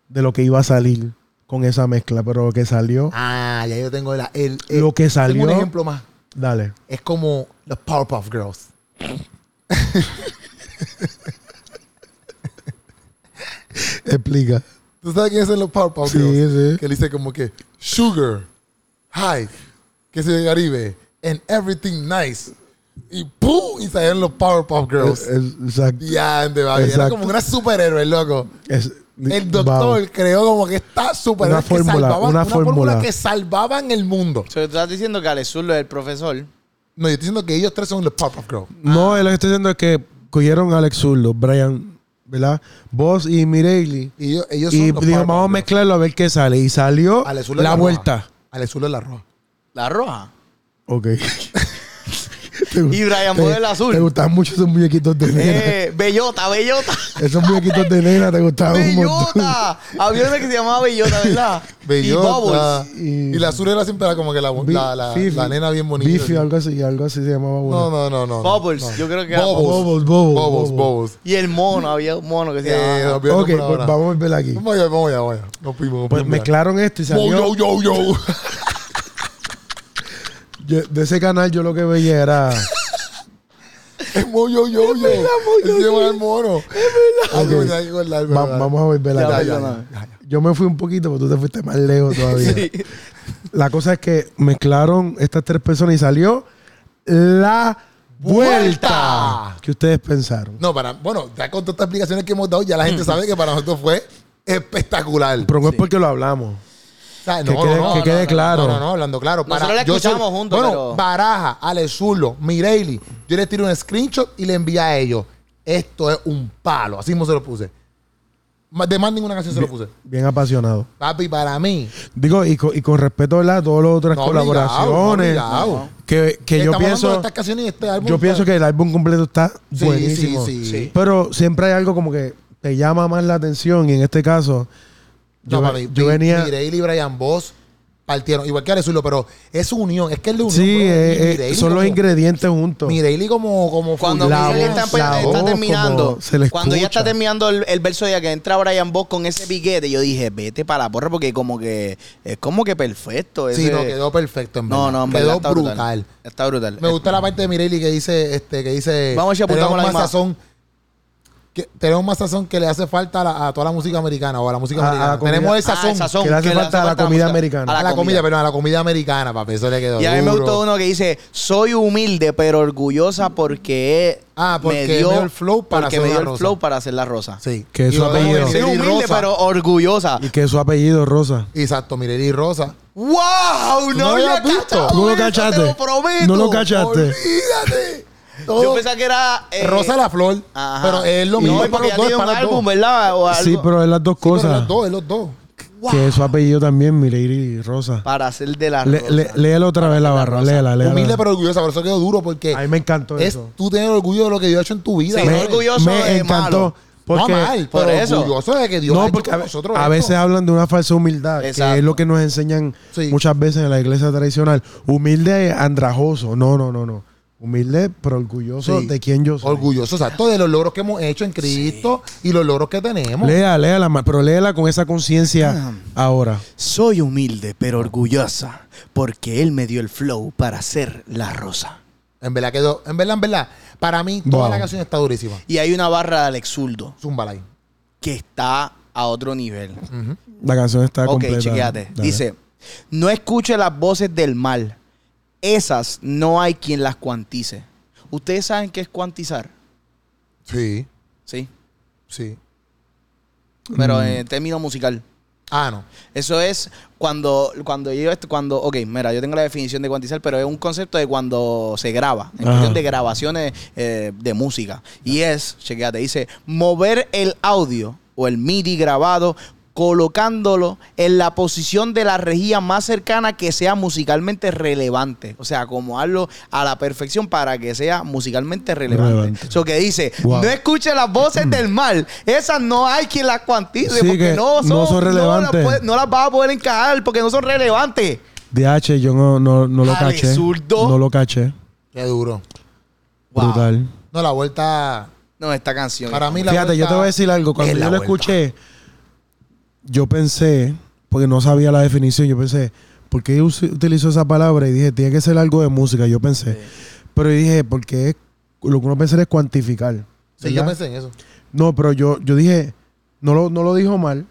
de lo que iba a salir con esa mezcla, pero lo que salió,
Ah, ya yo tengo la- el, el-
Lo que salió-
Tengo un ejemplo más.
dale.
Es como los Powerpuff Girls.
Explica.
¿Tú sabes quiénes son los Powerpuff
Sí,
Girls?
sí.
Que le dice como que Sugar, High, que se Caribe, and everything nice. Y ¡pum! Y salieron los Powerpuff Girls.
Es- exacto.
Ya, ande, va. Era
Eh, Exacto.
como un superhéroe, loco.
Es-
El doctor
wow.
creó como que esta superhéroe
Una
que
fórmula,
salvaban,
una fórmula.
que salvaban el mundo.
So, tú estás diciendo que Alezur es el profesor.
No, yo estoy diciendo que ellos tres son los Powerpuff Girls.
No, lo que estoy diciendo es que cogieron a Alex Zurdo, Brian, ¿verdad? Vos y Mireille.
Y ellos, ellos son
Y pues,
los
dijo,
Powerpuff
vamos a
Girls.
mezclarlo a ver qué sale. Y salió
Alezul es
la
roja.
vuelta.
Alezul es la roja.
La roja.
Ok. Te gu-
Y Brian
te-
Boy el azul.
Te gustaban mucho esos muñequitos de nena.
Eh, bellota, bellota.
Esos muñequitos de nena te gustaban un montón.
Bellota. Había una que se llamaba Bellota, ¿verdad?
Bellota.
Y Bubbles.
Y, la azul era siempre era como que la,
Bi-
la, la,
Fifi.
la nena bien bonita.
Bifi,
así.
algo así, algo así se llamaba.
No,
bueno.
no, no, no.
Bubbles,
no.
yo creo que era
Bobos.
Bobos,
Bobos,
Bobos,
Bobos.
Y el mono, había un mono que se
Eh,
llamaba.
olvídate por
Ok, pues
ahora.
vamos a volver aquí.
Vamos allá, vamos allá, vamos allá. Nos fuimos, nos
Pues
fuimos ya.
mezclaron esto y
Wow,
salió.
Yo, yo, yo.
Yo- de ese canal yo lo que veía era.
Es muy yo, yo, yo. Él se llama el mono. Es
Ok.
verdad. Hay que acordarme,
Va-
¿verdad?
vamos a volver
Ya,
Ya,
acá.
ya,
ya, ya.
ya, ya.
Yo me fui un poquito, pero tú te fuiste más lejos todavía.
Sí.
La cosa es que mezclaron estas tres personas y salió la vuelta.
¡Vuelta!
¿Qué ustedes pensaron?
No, para, bueno, ya con todas estas explicaciones que hemos dado, ya la gente sabe que para nosotros fue espectacular.
Pero no es porque lo hablamos.
O sea,
Que quede- que quede claro.
No, no, no, hablando claro.
Nosotros la
yo soy-
escuchamos juntos,
Bueno,
pero-
Baraja, Ale Zurlo, Mireili, yo les tiro un screenshot y le envié a ellos. Esto es un palo. Así mismo se lo puse. Ma- De más ninguna canción se lo puse.
Bien apasionado.
Papi, para mí.
Digo, y, co- y con respeto a todas las otras
No,
colaboraciones.
obligado, no, obligado.
Que, que yo
estamos hablando de
pienso.
estas canciones y este álbum.
Yo pienso que el álbum completo está
Sí,
buenísimo.
sí, sí.
Sí.
Pero siempre hay algo como que te llama más la atención. Y en este caso, yo,
No, papi,
yo
Vi-
venía.
Mireille y Brian Boss partieron. Igual que Ale Zurlo, pero es su unión. Es que es la unión.
sí,
bro.
eh, eh,
Mireille
son los
como-
ingredientes juntos.
Mireille como. como
Cuando
La
Mireille
voz,
está, empe-
la
está
voz,
terminando,
como se le
cuando ella está
escucha.
terminando el, el verso de ella que entra Brian Boss con ese piquete, yo dije, vete para la porra porque como que es como que perfecto. Ese...
Sí, no, quedó perfecto. En
No,
verdad.
no, en verdad
quedó
está brutal.
brutal.
Está brutal. Ah,
Me gusta la parte de Mirelli que dice, este, que dice.
Vamos a ver si apuntamos
tenemos más
la misma.
sazón. Que, tenemos más sazón que le hace falta a, la- a toda la música americana o a la música
A- a
americana.
la comida.
tenemos el
Ah, el
sazón.
sazón,
que le hace falta a la comida
música-
americana.
a la, comida. perdón, a la comida americana, papi. Eso le quedó.
Y a mí me
duro.
gustó uno que dice, soy humilde pero orgullosa porque,
Ah, porque
me dio
me dio el flow para
porque
hacer
me dio
la
el
rosa.
flow para hacer la rosa.
Sí.
Que su
lo de
apellido.
Mirelli
Soy humilde
Rosa.
pero orgullosa.
Y que su apellido, Rosa.
Exacto, Mirelli Rosa.
¡Wow!
no lo
No, había
habías visto?
cachado
¿Tú no lo
eso,
cachaste?
Te lo prometo.
No lo cachaste.
Olvídate. Todo-
Yo pensaba que era... eh,
Oh, Rosa la flor.
ajá.
Pero es lo
No,
mismo. es para
porque
los
ya
dos, es
tiene un
para los
álbum,
dos.
¿verdad? O algo.
Sí, pero es las dos
Sí, pero
cosas.
los dos, es los dos.
Que su apellido también, Mireille y Rosa.
Para hacer de la
Le,
rosa.
le- léelo otra vez la barra, léela, léela.
Humilde pero orgullosa, por eso quedó duro porque
A mí me encantó
es
eso.
tú tener orgullo de lo que Dios ha hecho en tu vida.
Sí,
brother.
no orgulloso
me
es
encantó.
malo.
Porque,
no mal,
por
pero
eso.
orgulloso de que Dios ha
no,
hecho
porque a,
con
ve-
nosotros.
a
esto.
veces hablan de una falsa humildad, que
Exacto.
es lo que nos enseñan
Sí.
muchas veces en la iglesia tradicional. Humilde, andrajoso. No, no, no, no. Humilde, pero orgulloso
Sí.
de quien yo soy.
orgulloso, exacto, de los logros que hemos hecho en Cristo y los logros que tenemos.
Lea, léala, ma- pero léala con esa
Ah.
conciencia ahora.
Soy humilde pero orgullosa porque él me dio el flow para hacer la rosa.
En verdad quedó, en verdad, en verdad, para mí toda
Wow.
la canción está durísima.
Y hay una barra de Alex Zurdo
Zúmbala ahí.
que está a otro nivel.
La canción está
ok,
completa.
chequéate.
Dale.
Dice, no escuche las voces del mal. Esas no hay quien las cuantice. ¿Ustedes saben qué es cuantizar?
Sí,
Sí.
sí.
Pero en término musical.
Ah, no.
Eso es cuando, cuando yo esto, cuando, ok, mira, yo tengo la definición de cuantizar, pero es un concepto de cuando se graba, en
Ajá.
cuestión de grabaciones eh, de música. Y es, chequeate, dice mover el audio o el MIDI grabado colocándolo en la posición de la rejilla más cercana que sea musicalmente relevante. O sea, acomodarlo a la perfección para que sea musicalmente relevante.
Relevante.
Eso que dice,
Wow.
no escuche las voces del mal. Esas no hay quien las cuantice
Sí,
porque
que
no son,
no son
las
relevantes.
puede- no las vas a poder encajar porque no son relevantes.
DH, yo no, no, no lo
Ale,
caché.
zurdo.
No lo caché.
Qué duro.
Wow.
Brutal.
No, la vuelta.
No, esta canción.
Para mí la
Fíjate,
vuelta-
yo te voy a decir algo. Cuando
Es
yo
la
lo
vuelta.
escuché, yo pensé, porque no sabía la definición, yo pensé, ¿por qué us- utilizó esa palabra? Y dije, tiene que ser algo de música, yo pensé. Pero dije, porque es- lo que uno pensaría es cuantificar.
Sí, yo
¿verdad?
pensé en eso.
No, pero yo, yo dije, no lo, no lo dijo mal.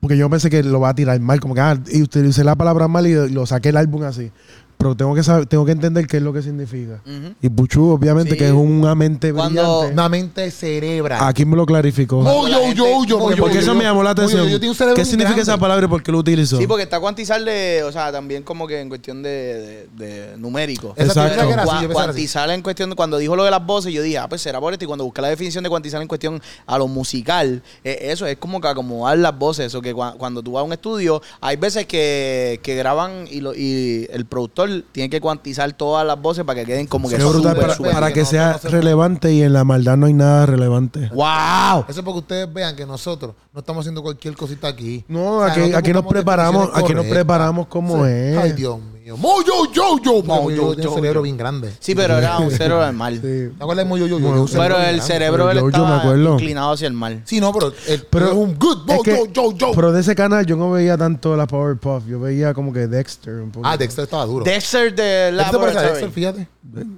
Porque yo pensé que lo va a tirar mal, como que ah, y utilicé la palabra mal y lo saqué el álbum así. Pero tengo que saber, tengo que entender qué es lo que significa.
Ujú.
Y Puchu, obviamente,
Sí.
que es una mente
Cuando-
brillante.
Una mente cerebra.
Aquí me lo clarificó.
Oh,
La
yo,
gente-
yo, yo.
Porque
Ah, porque eso me llamó la
Oye,
atención.
yo tengo un cerebro
¿Qué
bien
significa
grande.
esa palabra y por qué lo utilizó?
Sí, porque está cuantizarle, o sea, también como que en cuestión de, de- de numérico.
Exacto.
Exacto.
Yo pensaba que era así,
Cua-
yo pensaba así.
cuantizar en cuestión, de- cuando dijo lo de las voces, yo dije, ah, pues será por esto. Y cuando busqué la definición de cuantizar en cuestión a lo musical, eh, eso es como que acomodar las voces. Eso que cua- cuando tú vas a un estudio, hay veces que, que graban y, lo- y el productor tiene que cuantizar todas las voces para que queden como que
Qué brutal,
súper,
para,
súper-
para
que
que
no-
sea
no se-
relevante y en la maldad no hay nada relevante.
¡Wow!
Eso es porque ustedes vean que nosotros no estamos haciendo cualquier cosita aquí.
No,
O sea,
aquí,
nosotros
aquí nos
buscamos
preparamos,
definiciones
aquí nos
correctas.
preparamos como es.
Ay, Dios mío. Mo, yo, yo, yo. Mo,
Mo, yo,
yo, yo. Tengo
yo,
un cerebro
yo.
bien grande.
Sí, pero era un cero al mal.
Sí.
¿Te acuerdas de Mo, yo, yo, yo?
Mo,
Yo un
yo,
Pero
bien
el
grande.
cerebro él
Yo- yo me
estaba
acuerdo.
inclinado hacia el mal.
Sí, no, pero el
Pero-
es un good
Es
Mo,
que-
yo, yo, yo.
Pero de ese canal yo no veía tanto la Powerpuff, yo veía como que Dexter un poco.
Ah, Dexter estaba duro.
Dexter de
¿Qué te parece a Dexter?
Laboratory.
Fíjate.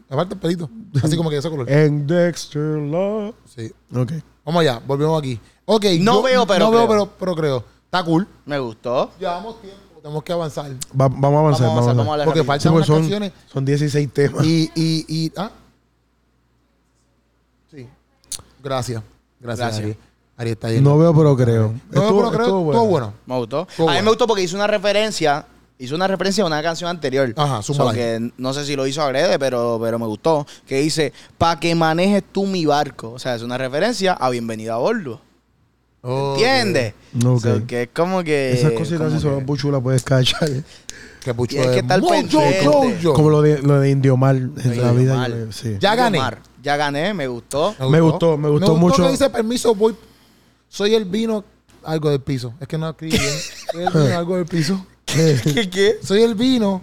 Aparte el pelito. Así como que ese color.
En Dexter Love.
Sí.
Ok.
Vamos allá, volvemos aquí. Ok.
No
yo-
veo, pero
No veo,
creo.
pero, pero creo. Está cool.
Me gustó.
Llevamos tiempo. Tenemos que avanzar.
Va- vamos a avanzar,
Vamos a
vamos a
avanzar, vamos a
avanzar.
hablar
Porque
rápido.
Sí,
faltan
porque
unas
son,
canciones.
son 16 temas.
Y, y, y. Ah. Sí. Gracias. Gracias.
Gracias.
Ari. Ari está ahí.
No veo, pero creo.
No veo, pero creo. Estuvo bueno.
Me gustó.
Estuvo
a mí
bueno.
me gustó porque hizo una referencia. Hizo una referencia a una canción anterior.
Ajá, súmala ahí.
que no sé si lo hizo agrede, pero, pero me gustó. Que dice, pa' que manejes tú mi barco. O sea, es una referencia a Bienvenido a Bordo.
Oh,
¿Entiendes?
Ok.
So, que es como que...
Esas
Eh,
cositas
como
así son
que-
Puchu la puedes cachar.
Qué pucho
Tienes que
de-
estar
Mo, yo,
pendiente.
yo, yo.
Como lo de, lo de Indio Mal en la
Indio
vida.
Mal.
yo le- sí.
Ya gané.
Omar, Ya gané, me gustó.
Me gustó, me gustó mucho.
que dice permiso, voy. Soy el vino, algo del piso. Es que no escribí bien. Soy el vino, algo del piso.
¿Qué qué?
Soy el vino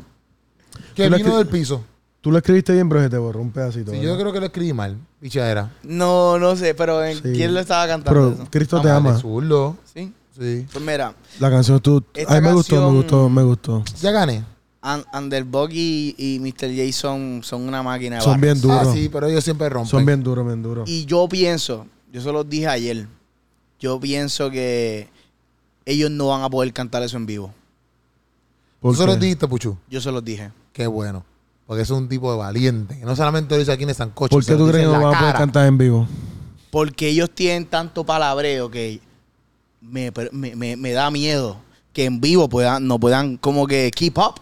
que
Tú lo
vino
escri-
del piso.
Tú lo escribiste bien, pero se te borró un pedacito.
Sí,
¿verdad?
yo creo que lo escribí mal, bichadera.
No, no sé, pero ¿en
Sí.
¿quién lo estaba cantando?
Pero
eso?
Cristo
Ah,
te
madre,
ama.
zurdo.
Sí.
Sí.
Pues mira,
La canción tú.
Esta
A mí me gustó,
canción-
me gustó, me gustó.
Ya gané.
Un- Underdog y, y Mr. J son, son una máquina de
Son
barras.
bien duros.
Ah, sí, pero ellos siempre rompen.
Son bien duros, bien duros.
Y yo pienso, yo se los dije ayer, yo pienso que ellos no van a poder cantar eso en vivo.
Tú se los
Porque-
dijiste, Puchu.
Yo se los dije.
Qué bueno. Porque es un tipo de valiente. Que no solamente lo dice aquí en el Sancocho.
¿Por
se
qué
lo
tú
dice
crees que
en la
no van a poder
cara.
cantar en vivo?
Porque ellos tienen tanto palabreo que me, me- me- me da miedo que en vivo puedan, no puedan como que keep up.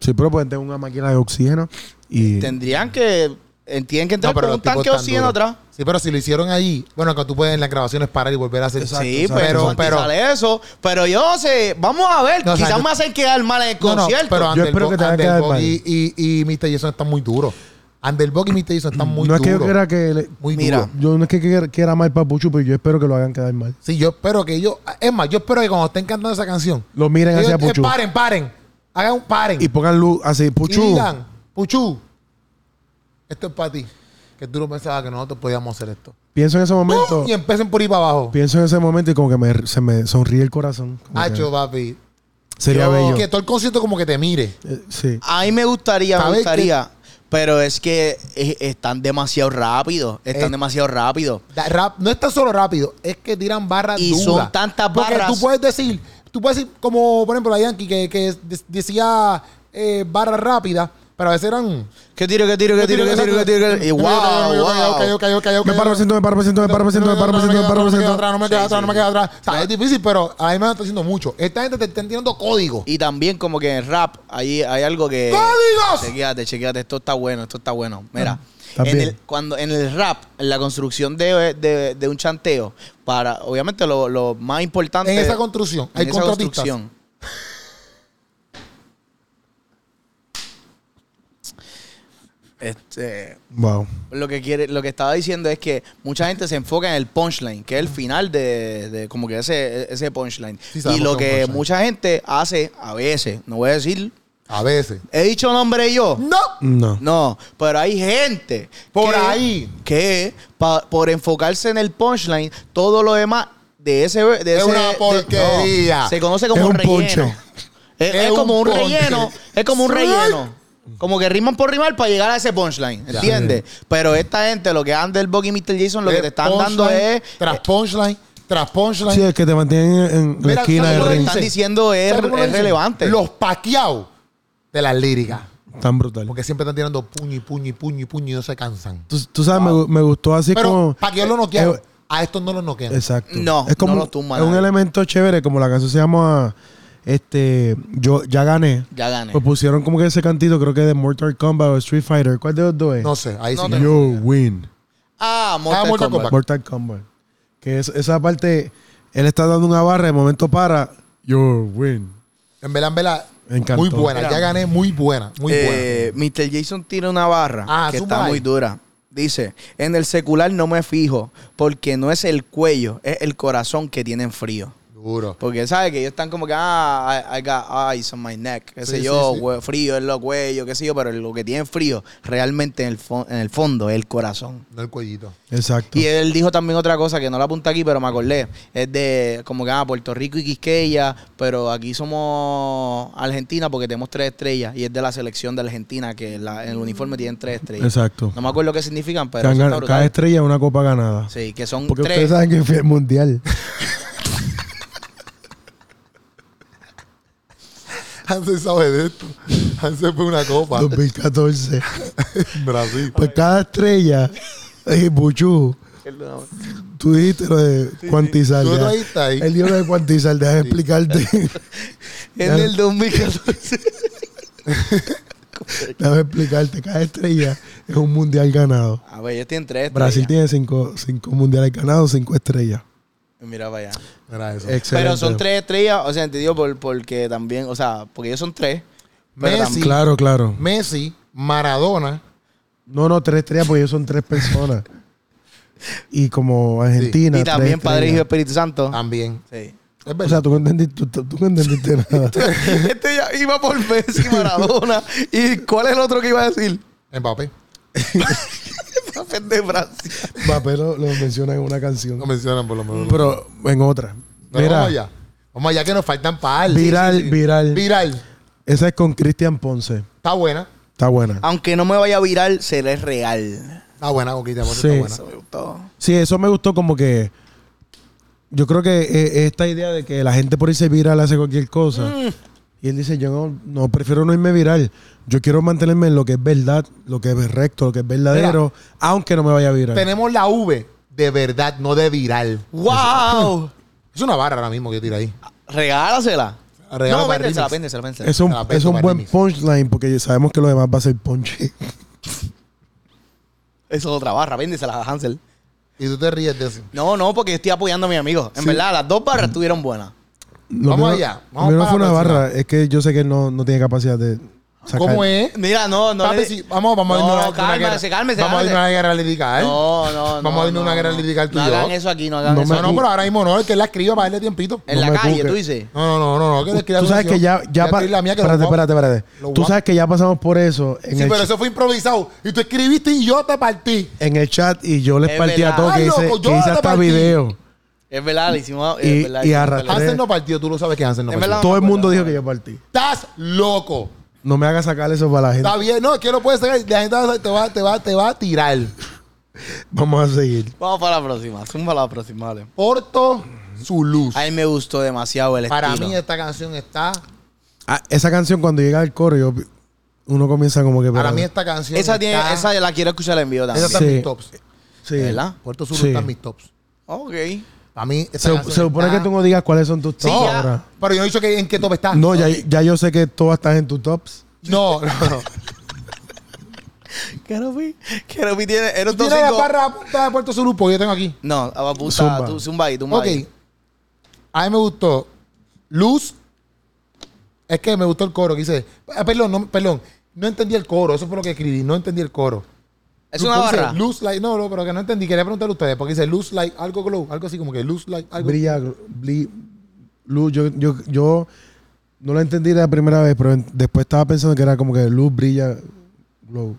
Sí, pero pueden tener una máquina de oxígeno y.
Tendrían que, eh, tienen que entrar
No, pero
con
los
un tanque
tipos
de
están
oxígeno
duros.
atrás.
Sí, pero si lo hicieron ahí, bueno, que tú puedes en las grabaciones parar y volver a hacer.
sí,
exacto.
pero,
Pero-
pero, eso. Pero yo sé, vamos a ver,
No, o sea,
quizás
yo-
me hacen quedar mal en el
No, no,
concierto.
pero
Yo espero
Underbo-
que te haga
Underbo
quedar mal.
y, y, y Mr. Jason están muy duros. Underbog y Mr. Jason están muy
no
duros.
es que yo quiera que. le-
Muy
Mira.
duros.
Yo no es que quiera, quiera mal para Puchu, pero yo espero que lo hagan quedar mal.
Sí, yo espero que ellos. Es más, yo espero que cuando estén cantando esa canción.
Lo miren
ellos-
hacia
eh,
Puchu.
paren, paren. Hagan un paren.
Y pongan luz así,
Y
Puchu.
digan, Puchu, esto es para ti. Que tú no pensabas que nosotros podíamos hacer esto.
Pienso en ese momento.
Y empiecen por ahí para abajo.
Pienso en ese momento y como que me, se me sonríe el corazón. Como que
Hacho, papi.
sería
yo-
bello.
Que todo el concierto como que te mire.
Eh, sí.
A mí me gustaría, me
¿Sabes
gustaría. Pero es que eh, están demasiado rápido. Están
Eh.
demasiado rápido.
Da- rap- no es tan solo rápido, es que tiran barras
Y
duras.
son tantas barras.
Porque tú puedes decir, tú puedes decir, como por ejemplo la Yankee que, que de- decía eh, barra rápida, Pero a veces eran.
¿Qué tiro, qué tiro, qué tiro, qué tiro, qué tiro? qué tiro? Y wow,
Cayó,
wow.
cayó, cayó,
Me paro por ciento, me paro por ciento, me paro por ciento, me paro por ciento, me paro
No
por
me quedo
ciento.
atrás, no me quedo atrás, no me quedo atrás. O sea, es difícil, pero a mí me está haciendo mucho. Esta gente te está tirando códigos.
Y también como que en rap ahí hay algo que...
¡Códigos! Ah,
Chequéate, chequéate. Esto está bueno, esto está bueno. Mira,
Está
en
bien.
el, cuando, en el rap, en la construcción de, de- de un chanteo, para obviamente lo, lo más importante...
En esa construcción, hay
en esa
contratistas.
construcción. Este...
Wow.
Lo que quiere, lo que estaba diciendo es que mucha gente se enfoca en el punchline, que es el final de, de como que ese, ese punchline.
Sí,
y
sabemos
lo
que es
que
un punchline.
mucha gente hace a veces, no voy a decir,
A veces.
he dicho nombre yo.
¡No!
No.
No, pero hay gente
Por ahí.
que pa- por enfocarse en el punchline, todo lo demás de ese de
Es
ese-
una
de-
porquería.
no, se conoce como
Es un
relleno.
ponche.
Es,
Es
es como
un
un
ponche.
relleno, es como un
Sí.
relleno. Como que riman por rimar para llegar a ese punchline,
Ya.
¿entiendes? Pero esta gente, lo que Underdog y Mr. Jason, lo que
Es
te están
punchline,
dando es...
Tras punchline, tras punchline.
Sí, es que te mantienen en la
Mira,
esquina
¿sabes
del
lo
lo
que
que
ring.
dice?
están diciendo es,
¿Sabes cómo lo
es
dicen?
relevante.
Los paqueados de las líricas.
Tan brutal.
Porque siempre están tirando puño y puño y puño y puño y no se cansan.
Tú, tú sabes, me gu- me, gustó así
Pero
como...
paqueados lo noquearon.
Eh,
A estos no los noquean.
Exacto.
No,
es como
no lo tumba
es un
nadie.
elemento chévere, como la canción se llama este yo ya gané.
Ya gané.
Pues pusieron como que ese cantito, creo que de Mortal Kombat o Street Fighter. ¿Cuál de los dos es?
No sé, ahí
No
sí.
te-
Yo-
Yo win.
Ah, Mortal,
Ah, Mortal
Kombat.
Kombat.
Mortal Kombat. Que es- esa parte, él está dando una barra, de momento para. Yo win.
En verdad, en verdad,
Me encantó.
muy buena. Ya gané, muy buena, muy
Eh, Mr. Jason tira una barra
Ah,
que
zumba
está
ahí.
muy dura. Dice, en el secular no me fijo porque no es el cuello, es el corazón que tienen frío.
buena. Duro.
Porque sabe que ellos están como que, ah, I, I got eyes on my neck, qué
Sí,
sé
sí,
yo,
sí.
hue- frío en los cuellos, qué sé yo, pero lo que tienen frío realmente en el, fo- en el fondo es el corazón.
No el cuellito.
Exacto.
Y él dijo también otra cosa que no la apunta aquí, pero me acordé. Es de como que ah, Puerto Rico y Quisqueya, pero aquí somos Argentina porque tenemos tres estrellas. Y es de la selección de Argentina, que la- en el uniforme tienen tres estrellas.
Exacto.
No me acuerdo qué significan, pero
Cada-
eso está
cada,
brutal.
estrella una copa ganada.
Sí, que son
Porque ustedes
tres.
saben que fue el mundial.
Hansel sabe de esto. Hansel fue una copa
2014.
en Brasil.
Pues cada estrella. eh, Buchu,
Perdóname.
tú dijiste lo de cuantizar.
Tú
ya.
no dijiste ahí.
Él dijo lo de cuantizar, déjame explicarte.
En el 2014.
Déjame explicarte, cada estrella es un mundial ganado.
A ver, ellos tienen tres estrellas.
Brasil tiene cinco, cinco mundiales ganados, cinco estrellas.
Mira para allá.
Mira eso.
Excelente.
Pero son tres estrellas, o sea, entendido por, porque también, o sea, porque ellos son tres. pero
Messi.
también-
Claro, claro.
Messi, Maradona.
No, no, tres estrellas porque ellos son tres personas. Y como Argentina.
y
tres
también Padre, Hijo y
estrellas.
Espíritu Santo.
También.
Sí.
Es
O
verdad.
sea, tú no entendiste, tú- tú no entendiste nada.
Este ya iba por Messi, Maradona. ¿Y cuál es el otro que iba a decir?
Mbappé.
Papel de Brasil.
Papel lo, lo menciona en una canción.
No mencionan por lo menos.
Pero en otra.
Pero vamos
Mira,
allá. Vamos allá que nos faltan par.
viral, viral.
Viral.
Esa es con Cristian Ponce.
Está buena.
Está buena.
Ah.
Aunque no me vaya a viral, seré real.
Está buena, Coquita. Está
Sí.
buena.
Eso me gustó.
Sí, eso me gustó como que. Yo creo que eh, esta idea de que la gente por irse viral hace cualquier cosa.
Mm.
Y él dice, yo no, no, prefiero no irme viral. Yo quiero mantenerme en lo que es verdad, lo que es recto, lo que es verdadero, aunque no me vaya viral.
Tenemos la V de verdad, no de viral.
¡Wow!
Es una barra ahora mismo que tira ahí.
Regálasela.
Regala
no,
para
véndesela,
remix.
véndesela, véndesela.
es un,
Ah,
es un
Beto
buen
Martínez.
punchline porque sabemos que lo demás va a ser punch.
Eso es otra barra, véndesela, Hansel.
Y tú te ríes de eso.
No, no, porque estoy apoyando a mis amigos. En verdad, las dos barras estuvieron buenas.
Lo
Vamos
mío-
allá,
lo
vamos
mío no
para
fue una
la próxima.
barra. Es que yo sé que él no, no tiene capacidad de sacar.
¿Cómo es?
Mira, no, no.
Papi,
le-
sí, vamos, vamos a
No,
irnos a una
cálmese,
guerra.
cálmese,
Vamos a irnos a una
cálmese.
guerra lirical.
No, no, no.
Vamos a irnos a una
no,
guerra
no.
lirical tú y
No
yo.
hagan eso aquí, no hagan
No
eso.
me-
No, no, pero ahora mismo no, el que él la escriba para darle tiempito.
en
no
la
me
calle,
busques.
tú dices.
No, no, no, no, no, que él escriba
Tú sabes
una
que ya.
canción.
ya pa-
escribí la mía que
espérate,
lo-
espérate, espérate.
lo
Tú
guapo.
sabes que ya pasamos por eso en
Sí,
el
pero eso fue improvisado. Y tú escribiste y yo te partí.
en el chat y yo les
Es
partí a
verdad.
todos que
Ay,
hice,
loco, yo
que hice
la
hasta
partí.
video.
Es verdad, le hicimos.
Y-
es verdad,
y
hicimos-
arrastré.
Hansel no partió, tú lo sabes que Hansel no
Es
partió.
verdad.
Todo el
me
mundo dijo
acuerdo.
que yo partí.
Estás loco.
No me hagas sacar eso para la gente.
Está bien, no, es que no puede ser. La gente va- te va, te va, te va a tirar.
Vamos a seguir.
Vamos para la próxima. Zumba la próxima, dale.
Porto su luz.
A mí me gustó demasiado el
Para
estilo.
mí esta canción está
Ah, esa canción cuando llega al coro, yo uno comienza como que...
Para
espérate.
mí esta canción.
Esa, tiene,
está-
esa la quiero escuchar en vivo
esa
también.
está en
Sí.
mis tops.
Sí.
¿Verdad?
Puerto Sur
Sí.
está en mis tops.
Ok.
Para mí. esta
Se,
canción
se supone
está-
que tú no digas cuáles son tus tops
No,
ahora.
pero yo no he dicho que en qué top
Ah,
está.
No, ya, ya yo sé que todas están en tus tops.
No, no, no.
Keropi. Keropi tiene. Era un
Tú
top
tienes la
5.
barra apuntada de Puerto Sur, porque yo tengo aquí.
No, a puta,
Zumba.
tú zumba ahí, zumba
Ok.
ahí.
A mí me gustó. Luz. Es que me gustó el coro que dice. ah, Perdón, no, perdón. No entendí el coro. Eso fue lo que escribí. No entendí el coro.
Es una
Dice,
barra.
Luz like. No, no, pero que no entendí. Quería preguntarle a ustedes. Porque dice luz like algo glow. Algo así como que luz like algo.
Brilla, gl- bli- luz. Yo, yo, yo no la entendí la primera vez, pero en- después estaba pensando que era como que luz, brilla, glow.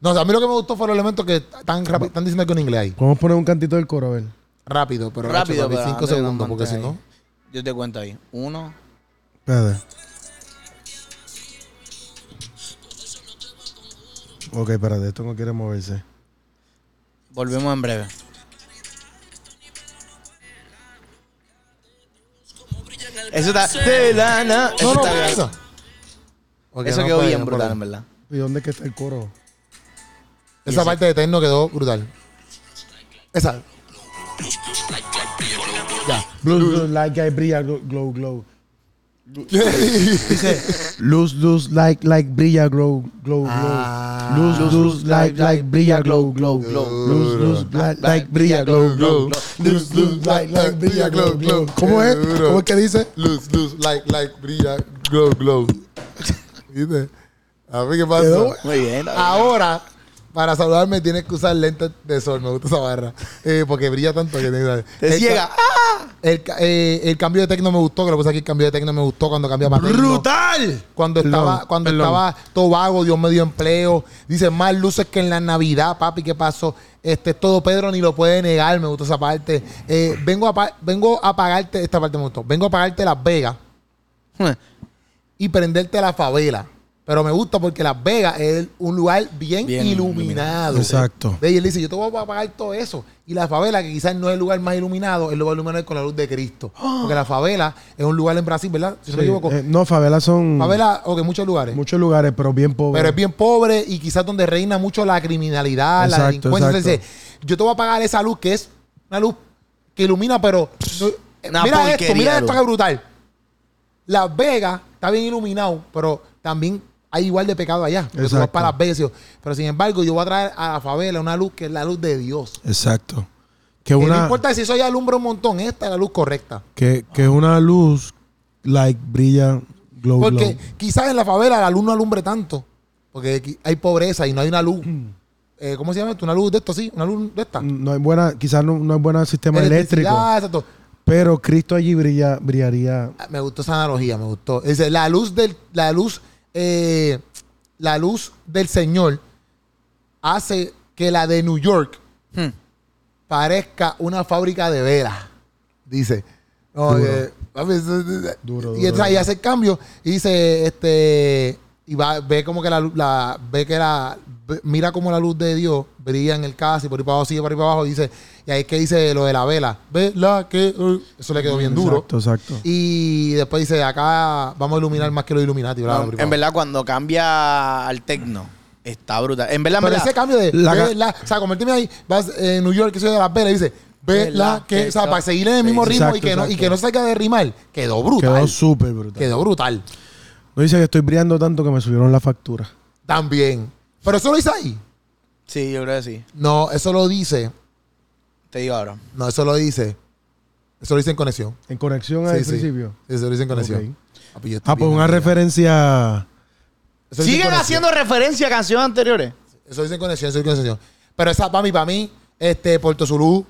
No, o sea, a mí lo que me gustó fue los elementos que están, rapi- están diciendo que en inglés ahí.
Podemos poner un cantito del coro, a ver.
Rápido, pero
Rápido, pero
5
antes que nos
segundos. Porque si
mantenga
no.
ahí. Yo te cuento ahí. Uno.
Espérate. Ok, espérate, esto no quiere moverse.
Volvemos en breve. Eso está. De lana. Eso
No, no,
está bien.
eso. Ok,
Eso
no,
quedó
por ahí,
bien
no, por
brutal,
ahí.
en verdad.
¿Y dónde es que está el coro?
Esa parte de Tecno quedó brutal. Esa. Ya.
Blue, blue, light, guy, brilla, glo- glow, glow. Dice, luz, luz, light, light, brilla, glow, glow, glow.
Ah.
luz, luz, light, light, brilla, glow, glow, glow. Luz, luz, light, light, brilla, glow, glow. Luz, luz, light, light, brilla, glow, glow. ¿Cómo es?
Duro.
¿Cómo es que dice?
Luz, luz, like, like, brilla, glow, glow. ¿Viste? A ver qué
Quedó
pasa.
Muy bien.
Ah, Ahora, para saludarme tienes que usar lentes de sol. Me gusta esa barra. Eh, porque brilla tanto que tienes que-
Te
El ca-
ciega.
El, ca- eh, el cambio de tecno me gustó, que lo puse aquí, el cambio de tecno me gustó cuando cambiaba tecno.
¡Brutal!
Cuando estaba,
Perdón,
cuando
perdón.
estaba todo vago, Dios me dio empleo. Dice, más luces que en la Navidad, papi, ¿qué pasó? Este es todo Pedro ni lo puede negar, me gustó esa parte. Eh, vengo, a pa- vengo a pagarte, esta parte me gustó, vengo a pagarte Las Vegas y prenderte la favela. Pero me gusta porque Las Vegas es un lugar bien,
Bien
iluminado.
iluminado. Exacto.
Ve, Y él dice, yo te voy a pagar todo eso. Y la favela, que quizás no es el lugar más iluminado, él lo va a iluminar con la luz de Cristo. Porque la favela es un lugar en Brasil, ¿verdad? Si no me
Ah. Sí,
equivoco.
eh, no, favelas son
favela, o que muchos lugares.
muchos lugares, pero bien pobres.
Pero es bien pobre y quizás donde reina mucho la criminalidad, la
Exacto,
delincuencia.
exacto.
Entonces, yo te voy a pagar esa luz que es una luz que ilumina, pero. eh,
Una
mira esto,
porquería,
mira esto
luz.
que brutal. Las Vegas está bien iluminado, pero también hay igual de pecado allá. Porque tú vas
Exacto.
para Las Vegas. Pero sin embargo, yo voy a traer a la favela una luz que es la luz de Dios.
Exacto.
Que
Que una...
No importa si eso ya alumbra un montón, esta es la luz correcta.
Que, que es una luz, like, brilla, glow,
Porque
glow.
quizás en la favela la luz no alumbre tanto. Porque qui- hay pobreza y no hay una luz.
Mm.
Eh, ¿Cómo se llama esto? Una luz de esto, sí. Una luz de esta.
No hay buena, quizás no, no hay buen sistema
Electricidad,
eléctrico,
exacto.
pero Cristo allí brilla, brillaría.
Ah, Me gustó esa analogía, me gustó. Dice, la luz del, la luz, eh, la luz del Señor hace que la de New York
Hmm.
parezca una fábrica de velas. Dice. No,
Duro.
eh, papi, eso-
Duro,
y,
duro,
entonces ahí
duro.
hace el cambio y dice, este, y va, ve como que la, lu- la- ve que la, ve- mira como la luz de Dios brilla en el caso y por ahí para abajo sigue, por ahí para abajo, dice, y ahí es que dice lo de la vela. Vela que, eh, eso le quedó bien duro.
Exacto, exacto.
Y después dice, acá vamos a iluminar más que los Illuminati. bla, bla, bla,
No,
bla.
en verdad, cuando cambia al tecno, está brutal. En verdad, en
Pero
verdad.
ese cambio de,
La ca-
vela, o sea, convertirme ahí, vas en New York, que soy de Las Vegas, y dice, vela,
Vela,
que, o sea,
que-
para seguir en el mismo ritmo y,
Exacto,
que no, y
exacto.
que no salga de rimar, quedó
Quedó
brutal.
súper brutal.
Quedó brutal.
No dice que estoy brillando tanto que me subieron la factura.
También. Pero eso lo dice ahí.
Sí, yo creo que sí.
No, eso lo dice.
Te digo ahora.
No, eso lo dice. Eso lo dice en conexión.
En conexión al
Sí, sí.
principio.
Sí, Eso lo dice en conexión. Papi, yo estoy
Ah, pues
bien
una
arriba.
referencia.
Eso lo dice en
¿Siguen
conexión.
haciendo referencia a canciones anteriores?
Eso lo dice en conexión, eso lo dice en conexión. Pero esa, para mí, para mí, este, Puerto Zulú,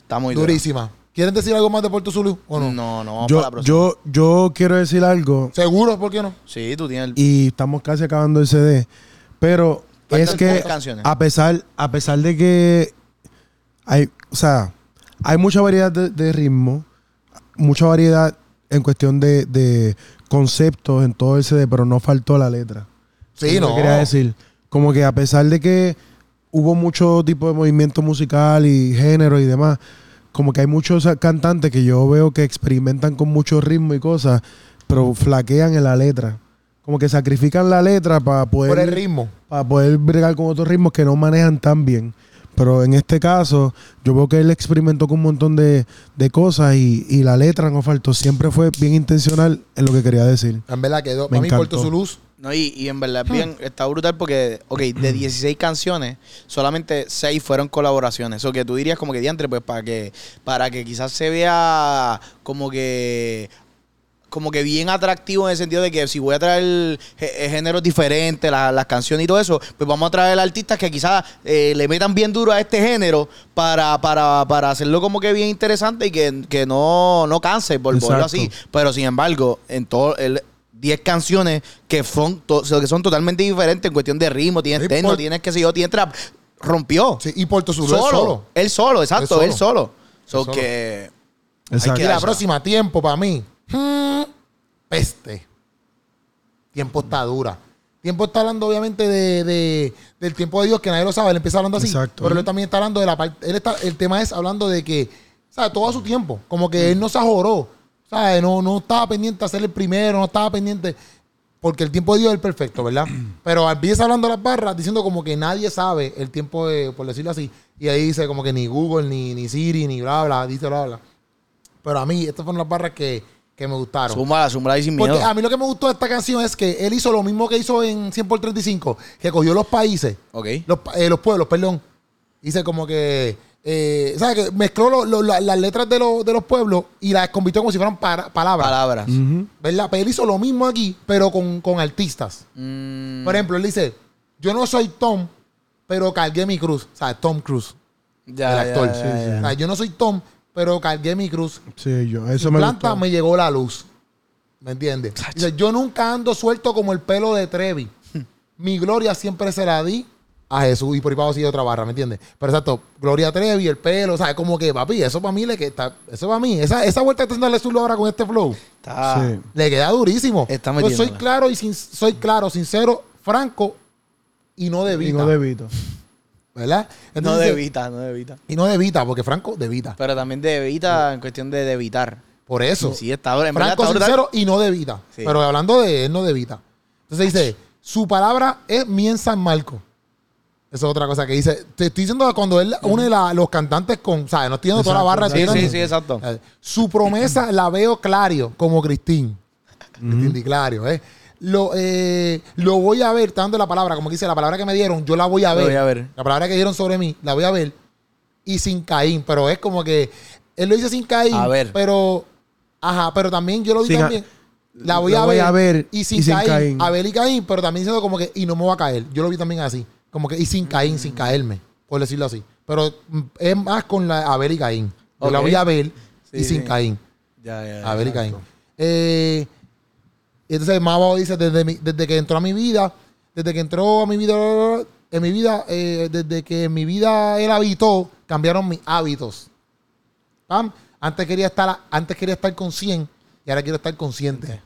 Está muy dura.
durísima. ¿Quieren decir algo más de Puerto Zulú o no?
No, no, vamos para la
Yo,
próxima.
yo, yo quiero decir algo
Seguro, ¿por qué no?
Sí, tú tienes el.
y estamos casi acabando el CD. Pero
Faltan
es que
pocas canciones.
a pesar, a pesar de que hay, o sea, hay mucha variedad de, de ritmo, mucha variedad en cuestión de, de conceptos en todo el CD, pero no faltó la letra.
Sí,
Eso
no.
quería decir. Como que a pesar de que hubo mucho tipo de movimiento musical y género y demás, como que hay muchos eh, cantantes que yo veo que experimentan con mucho ritmo y cosas, pero flaquean en la letra. como que sacrifican la letra para poder
Por el ritmo.
para poder bregar con otros ritmos que no manejan tan bien. Pero en este caso, yo veo que él experimentó con un montón de, de cosas y, y la letra no faltó. Siempre fue bien intencional en lo que quería decir.
En verdad quedó.
Me
Para mí
encantó.
cortó su luz.
No, y, y en verdad es bien, está brutal porque, ok, de 16 canciones, solamente 6 fueron colaboraciones. O que tú dirías como que diantre, pues para que, para que quizás se vea como que como que bien atractivo en el sentido de que si voy a traer gé- eh, géneros diferentes, la- las canciones y todo eso, pues vamos a traer artistas que quizás eh, le metan bien duro a este género para, para, para hacerlo como que bien interesante y que, que no, no canse, por
Exacto.
ponerlo así. Pero sin embargo, en todo el 10 canciones que son, to- que son totalmente diferentes en cuestión de ritmo, tienes
Sí,
techno,
por-
tienes que sé yo, tienes trap, rompió.
Sí, y cortó su luz
solo,
él solo.
Él solo, exacto,
solo.
él solo. So
Él solo.
que
Exacto.
Y
Mira,
la
esa.
próxima, tiempo para mí. Hmm, Peste. Tiempo está dura. Tiempo está hablando, obviamente, de, de- del tiempo de Dios, que nadie lo sabe. Él empieza hablando así.
Exacto.
Pero él también está hablando de la parte. Él está, el tema es hablando de que, o sea, todo a su tiempo. Como que él no se ajoró. ¿Sabes? No, no estaba pendiente a ser el primero, no estaba pendiente. Porque el tiempo de Dios es el perfecto, ¿verdad? Pero empieza hablando las barras, diciendo como que nadie sabe el tiempo, de, por decirlo así. Y ahí dice como que ni Google, ni, ni Siri, ni bla, bla, dice bla, bla. Pero a mí, estas fueron las barras que, que me gustaron.
súmala, súmala y sin miedo.
Porque a mí lo que me gustó de esta canción es que él hizo lo mismo que hizo en 100 por 35, que cogió los países,
Ok.
los, pa- eh, los pueblos, perdón. Hice como que, eh, ¿sabes? Que mezcló lo- lo- la- las letras de, los- de los pueblos y las convirtió como si fueran para- palabras.
Palabras.
Ujú.
¿Verdad? Pero él hizo lo mismo aquí, pero con, con artistas.
Mm,
Por ejemplo, él dice, yo no soy Tom, pero cargué mi cruz. O sea, Tom Cruise,
ya,
el
ya,
actor.
ya, ya, ya.
O sea, yo no soy Tom, pero cargué mi cruz.
Sí, yo. Eso
Sin
me
planta
gustó.
me llegó la luz. ¿Me entiendes? Dice, yo nunca ando suelto como el pelo de Trevi. Mi gloria siempre se la di a Jesús. Y por ahí para abajo sigue otra barra, ¿me entiendes? Pero exacto, Gloria Trevi, el pelo, ¿sabes? Como que, papi, eso para mí le que está. Eso para mí. Esa, esa vuelta que está dando Jesús ahora con este flow.
Está-
Sí.
Le queda durísimo.
Está
Yo soy
metiéndola.
claro y sin- soy claro, sincero, franco y no
Y
debita.
no debito.
¿Verdad?
No
Entonces,
de Vita, no de Vita.
Y no debita, porque Franco debita.
Pero también de Vita en cuestión de debitar.
Por eso.
Sí, está ahora. En verdad,
Franco
está brutal.
sincero y no de vida.
Sí.
Pero hablando de él, no de vida. Entonces dice, su palabra es mi en San Marco. Eso es otra cosa que dice. Te estoy diciendo cuando él une la- los cantantes con, ¿sabes? No estoy diciendo toda la
Exacto,
barra.
Sí,
estoy
sí,
dando-
sí, exacto.
eh, Su promesa la veo claro, como Cristín.
Mm.
Cristín Di Clario, ¿eh? Lo, eh, lo voy a ver, está dando la palabra, como que dice, la palabra que me dieron, yo la voy a
Lo
ver.
voy a ver.
La palabra que dieron sobre mí, la voy a ver. Y sin Caín, pero es como que él lo dice sin Caín,
A ver.
pero ajá, pero también yo lo vi
Sin a-
también. La voy,
la
a,
voy
ver,
a ver
y sin,
y sin
Caín,
Caín.
Abel y Caín, pero también diciendo como que y no me voy a caer. Yo lo vi también así, como que y sin Caín,
Mm.
sin caerme, por decirlo así. Pero mm, es más con la Abel y Caín. Yo la
Ok.
voy a ver y
Sí,
sin
sí.
Caín.
Ya, ya, ya.
A ver, Caín. Eh, y entonces más abajo dice, desde, mi- desde que entró a mi vida, desde que entró a mi vida, en mi vida, eh, desde que en mi vida él habitó, cambiaron mis hábitos. Pam. Antes quería estar, a- antes quería estar con 100 y ahora quiero estar consciente.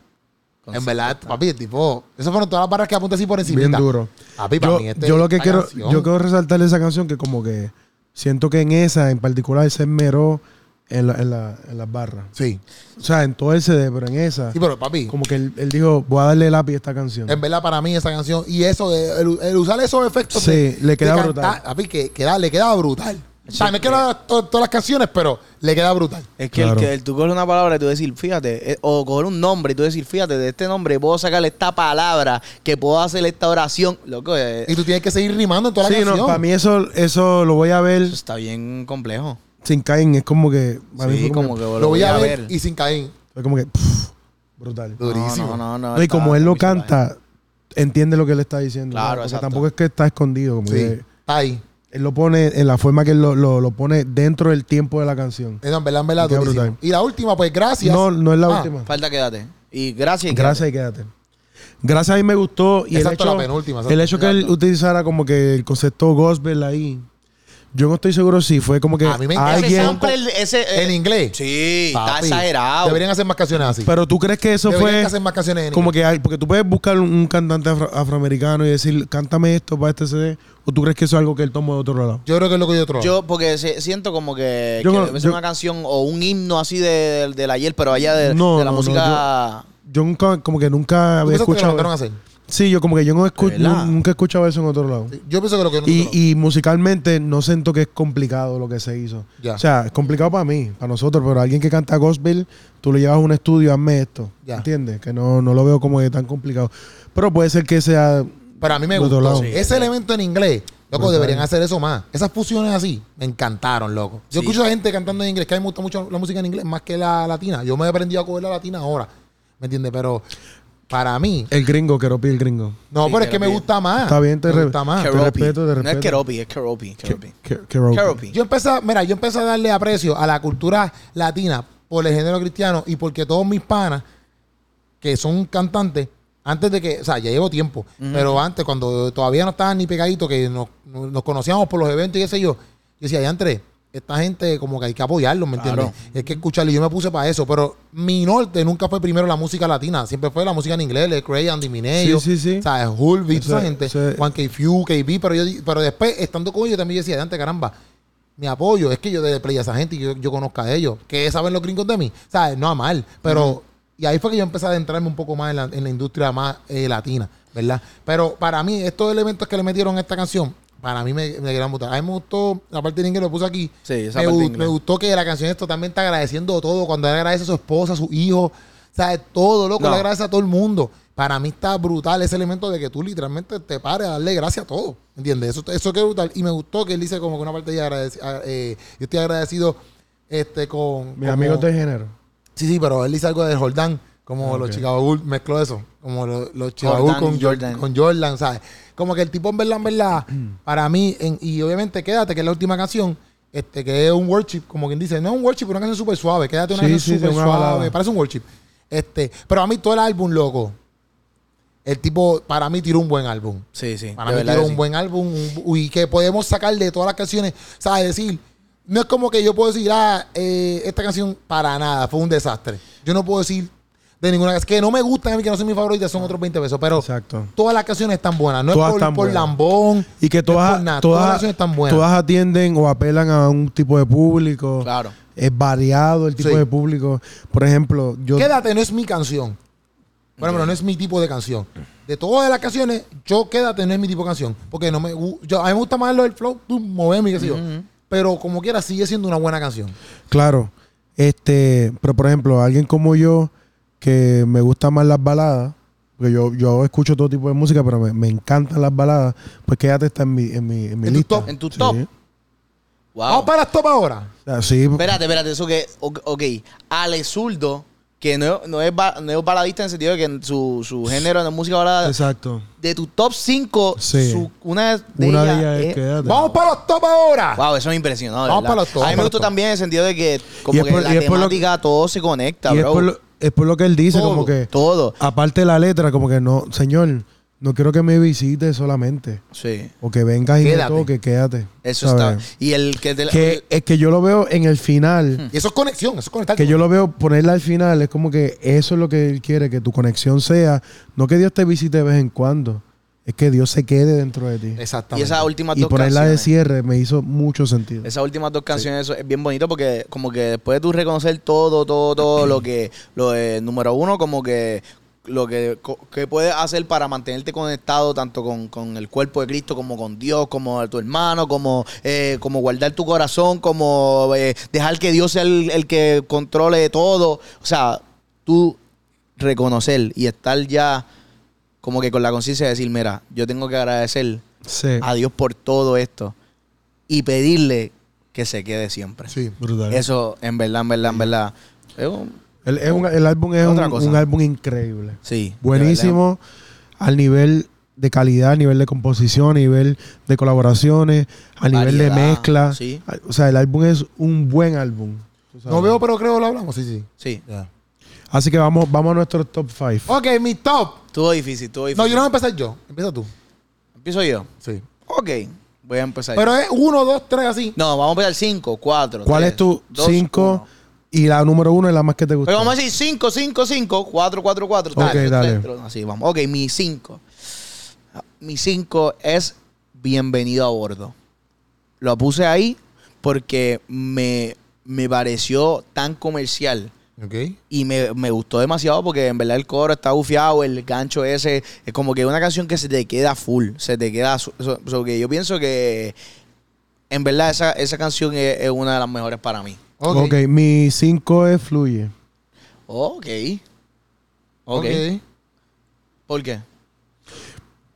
En verdad, papi, el tipo, esas fueron todas las barras que apunté así por encima.
Bien duro.
Papi, para
yo,
mí este-
yo lo que
esta
quiero,
canción.
yo quiero resaltar de esa canción que como que siento que en esa en particular se esmeró en, la- en la- en las barras.
Sí.
O sea, en todo el CD, pero en esa.
Sí, pero papi,
Como que él, él dijo, voy a darle lápiz a esta canción.
en verdad para mí esa canción y eso, de- el, el usar esos efectos.
Sí,
de-
le
de
queda
cantar,
brutal.
papi, que, queda- le queda brutal. O sea, no es que no haga to- todas las canciones, pero le queda brutal.
Es que,
Claro.
el que el tú coges una palabra y tú decir, fíjate, eh, o coger un nombre y tú decir, fíjate, de este nombre puedo sacarle esta palabra, que puedo hacer esta oración. Loco, eh,
Y tú tienes que seguir rimando en toda la
Sí,
canción.
no, para mí eso, eso lo voy a ver
eso está bien complejo.
sin Caín. Es como que. para mí
Sí,
fue
como
como,
que
que.
lo voy a ver, y sin caer.
fue como que, pff, brutal.
No, durísimo.
No, no, no.
No, y
está-
como él
está
lo
muy salvaje.
canta, entiende lo que él está diciendo.
Claro,
¿no? Porque
exacto.
tampoco es que está escondido. Como
Sí,
que
está ahí.
él lo pone en la forma que él lo, lo- lo pone dentro del tiempo de la canción.
Eh, no, en verdad, en verdad,
Queda
durísimo.
brutal.
Y la última, pues gracias.
No, no es la
Ah,
última.
Falta quédate. Y gracias. y
Gracias y quédate. Gracias y me gustó. Y
Exacto,
el
la
hecho,
penúltima, exacto.
El hecho que él
Exacto.
utilizara como que el concepto gospel ahí. Yo no estoy seguro si fue como que
A mí me encanta
quédate. Ese
alguien.
sample, ese, eh,
en inglés.
Sí, está
Papi,
exagerado.
Deberían hacer más canciones así.
Pero tú crees que eso
deberían
fue.
hacer más canciones en
Como
inglés.
que hay, porque tú puedes buscar un, un cantante afro- afroamericano y decir, cántame esto para este CD, o tú crees que eso es algo que él tomó de otro lado.
Yo creo que es lo que yo trozo.
Yo, porque se- siento como que,
Yo
que
no-
debe ser
yo-
una canción o un himno así de, del del ayer, pero allá de,
No, Ah,
de la
no, no,
música
yo nunca, como que nunca
¿Tú
había
piensas que lo
escuchado.
mandaron a hacer?
Sí, yo como que yo no escu-
¿De verdad?
nunca he escuchado eso en otro lado.
Sí, Yo pienso que lo que
Y, y musicalmente no siento que es complicado lo que se hizo.
Ya.
O sea, es complicado para mí, para nosotros, pero alguien que canta gospel, tú le llevas a un estudio, hazme esto.
Ya.
¿Entiendes? Que no, no lo veo como que tan complicado. Pero puede ser que sea...
Para mí me
de otro
gustó.
lado.
Sí, Ese elemento en inglés, loco,
Brutal.
deberían hacer eso más. Esas fusiones así, me encantaron, loco. Yo
Sí.
escucho a gente cantando en inglés, que a mí me gusta mucho la música en inglés más que la latina. Yo me he aprendido a coger la latina ahora, ¿me entiendes? Pero para mí,
El gringo, Keropi el gringo.
no,
Sí,
pero es que
pero
me
bien.
gusta más.
Está bien, te
me
re-
gusta más.
Qué-
Keropi.
respeto, te
No es
respeto.
Keropi, es Keropi. Keropi.
Ke- Keropi.
Keropi.
Yo empecé, a- mira, yo empecé a darle aprecio a la cultura latina por el género cristiano y porque todos mis panas que son cantantes, antes de que, o sea, ya llevo tiempo, pero antes, cuando todavía no estaban ni pegaditos, que nos, nos conocíamos por los eventos y qué sé yo, yo decía, ya entre, esta gente como que hay que apoyarlos, ¿me entiendes?
Claro.
Hay que escucharlo y yo me puse para eso, pero mi norte nunca fue primero la música latina, siempre fue la música en inglés, Le Cray, Andy Mineo,
Sí, sí, sí.
¿sabes? Hulby,
Eso
toda esa
es-
gente,
eso es-
Juan K. Few, KB, pero, yo, di- pero después, estando con ellos, también yo decía, antes, caramba, mi apoyo es que yo dé play a esa gente y yo, yo conozca a ellos. ¿Qué saben los gringos de mí? ¿Sabes? No a mal, pero... Y ahí fue que yo empecé a adentrarme un poco más en la, en la industria más eh, latina, ¿verdad? Pero para mí, estos elementos que le metieron a esta canción, para mí me, me gran botar. A mí me gustó, la parte en inglés lo puse aquí.
Sí, esa
me,
parte
gu-
en inglés.
me gustó que la canción es totalmente agradeciendo todo. Cuando él agradece a su esposa, a su hijo, ¿sabes? Todo, loco,
No.
le agradece a todo el mundo. Para mí está brutal ese elemento de que tú literalmente te pares a darle gracias a todo. ¿Entiendes? Eso, eso que es brutal. Y me gustó que él dice como que una parte de agradec- a- eh, yo estoy agradecido este, con...
Mis
como-
amigos de género.
Sí, sí, pero él dice algo de Jordán, como
Ah,
los
ok.
Chicago Bulls, mezcló eso, como lo- los, Chicago Bulls
Jordan,
con Jordan.
Jordan.
con Jordan, ¿sabes? Como que el tipo en verdad, en verdad, para mí, en- y obviamente Quédate, que es la última canción, este, que es un worship, como quien dice, no es un worship, pero una canción súper suave, Quédate una
Sí,
canción
sí, sí,
súper
una
suave,
balada.
parece un worship. Este, pero a mí todo el álbum, loco, el tipo, para mí tiró un buen álbum.
Sí, sí.
Para
de
mí
verdad
tiró
que
un
sí.
buen álbum un- y que podemos sacar de todas las canciones, ¿sabes? Decir, no es como que yo puedo decir, ah, eh, esta canción para nada, fue un desastre. Yo no puedo decir de ninguna canción, que no me gustan a mí, que no son mis favoritas, son otros 20 pesos, pero
Ah. Exacto.
todas las canciones están buenas, no
Todas
es por,
están
por
buenas.
lambón,
Y que
no es
todas,
por nada, todas las
todas,
canciones están buenas.
todas atienden o apelan a un tipo de público.
Claro.
Es variado el tipo
Sí.
de público. Por ejemplo, yo...
Quédate no es mi canción. Bueno, pero no es mi tipo de canción. De todas las canciones, yo quédate no es mi tipo de canción. Porque no me gu- yo, a mí me gusta más lo del flow, tú moveme y qué sé yo. Pero como quiera, sigue siendo una buena canción.
Claro. Este, pero por ejemplo, alguien como yo, que me gustan más las baladas, porque yo, yo escucho todo tipo de música, pero me, me encantan las baladas, pues quédate está en mi, en mi, en mi
En tu
lista.
top,
en tu
Sí.
top.
Vamos
Wow.
para las top ahora.
Ah, sí,
Espérate, espérate, eso que. Ok, ok. Ale Zurdo, que no, no, es, ba- no es baladista en el sentido de que en su, su género de música balada.
exacto.
De tu top 5,
Sí.
una de
Una
ellas.
de ellas es
es-
Quédate.
Vamos para los top ahora.
Wow, eso me impresionó. de
Vamos
verdad.
para los top,
A mí
para
me
los
gustó
top.
también en el sentido de que, como
es
que
por-
la
y es por lo que-
temática, todo se conecta,
Y es
bro.
por, lo, es por lo que él dice,
Todo,
como que,
todo.
aparte de la letra, como que no, señor, no quiero que me visites solamente,
Sí.
o que vengas y me
Quédate.
toques, quédate.
Eso
¿sabes?
está. Y el que te la-
Que, es que yo lo veo en el final.
Y eso es conexión, eso es conectar.
que yo lo veo ponerla al final, es como que eso es lo que él quiere, que tu conexión sea, no que Dios te visite de vez en cuando, es que Dios se quede dentro de ti.
Exactamente.
y esas últimas
Y
dos
ponerla de
canciones.
cierre me hizo mucho sentido.
Esas últimas dos canciones eso es bien bonito porque como que después de tú reconocer todo, todo, todo lo que, lo de número uno, como que lo que, co- que puedes hacer para mantenerte conectado tanto con, con el cuerpo de Cristo como con Dios, como a tu hermano, como, eh, como guardar tu corazón, como eh, dejar que Dios sea el, el que controle todo. O sea, tú reconocer y estar ya como que con la conciencia de decir, mira, yo tengo que agradecer
Sí,
a Dios por todo esto y pedirle que se quede siempre.
Sí.
brutal.
Eso, en verdad, en verdad, en verdad. es un-
El, es un- el álbum es
Otra
un,
cosa.
un álbum increíble.
sí.
Buenísimo al nivel de calidad, a nivel de composición, a nivel de colaboraciones, a nivel de
Variedad,
mezcla.
sí.
O sea, el álbum es un buen álbum. tú sabes.
No veo, pero creo lo hablamos. Sí, sí.
de verdad. Sí.
Así que vamos, vamos a nuestro top 5.
Ok, mi top.
Estuvo difícil, estuvo difícil.
No, yo no voy a empezar yo. Empieza tú.
Empiezo yo.
Sí.
Ok. Voy a empezar.
Pero es uno, dos, tres, así.
no, vamos a empezar 5, 4.
¿Cuál es tu 5 y la número 1 es la más que te gusta?
Pero vamos a decir 5, 5, 5, 4, 4, 4. Dale,
Ok,
tres,
dale.
tres, tres, Así vamos. Ok, mi 5. Mi 5 es Bienvenido a bordo. Lo puse ahí porque me, me pareció tan comercial.
Ok.
Y me, me gustó demasiado porque en verdad el coro está bufiado, el gancho ese. Es como que una canción que se te queda full. Se te queda. su- so- so que yo pienso que. En verdad, esa, esa canción es, es una de las mejores para mí.
Ok.
ok, mi 5 es Fluye.
Ok. Ok.
Ok.
¿Por qué?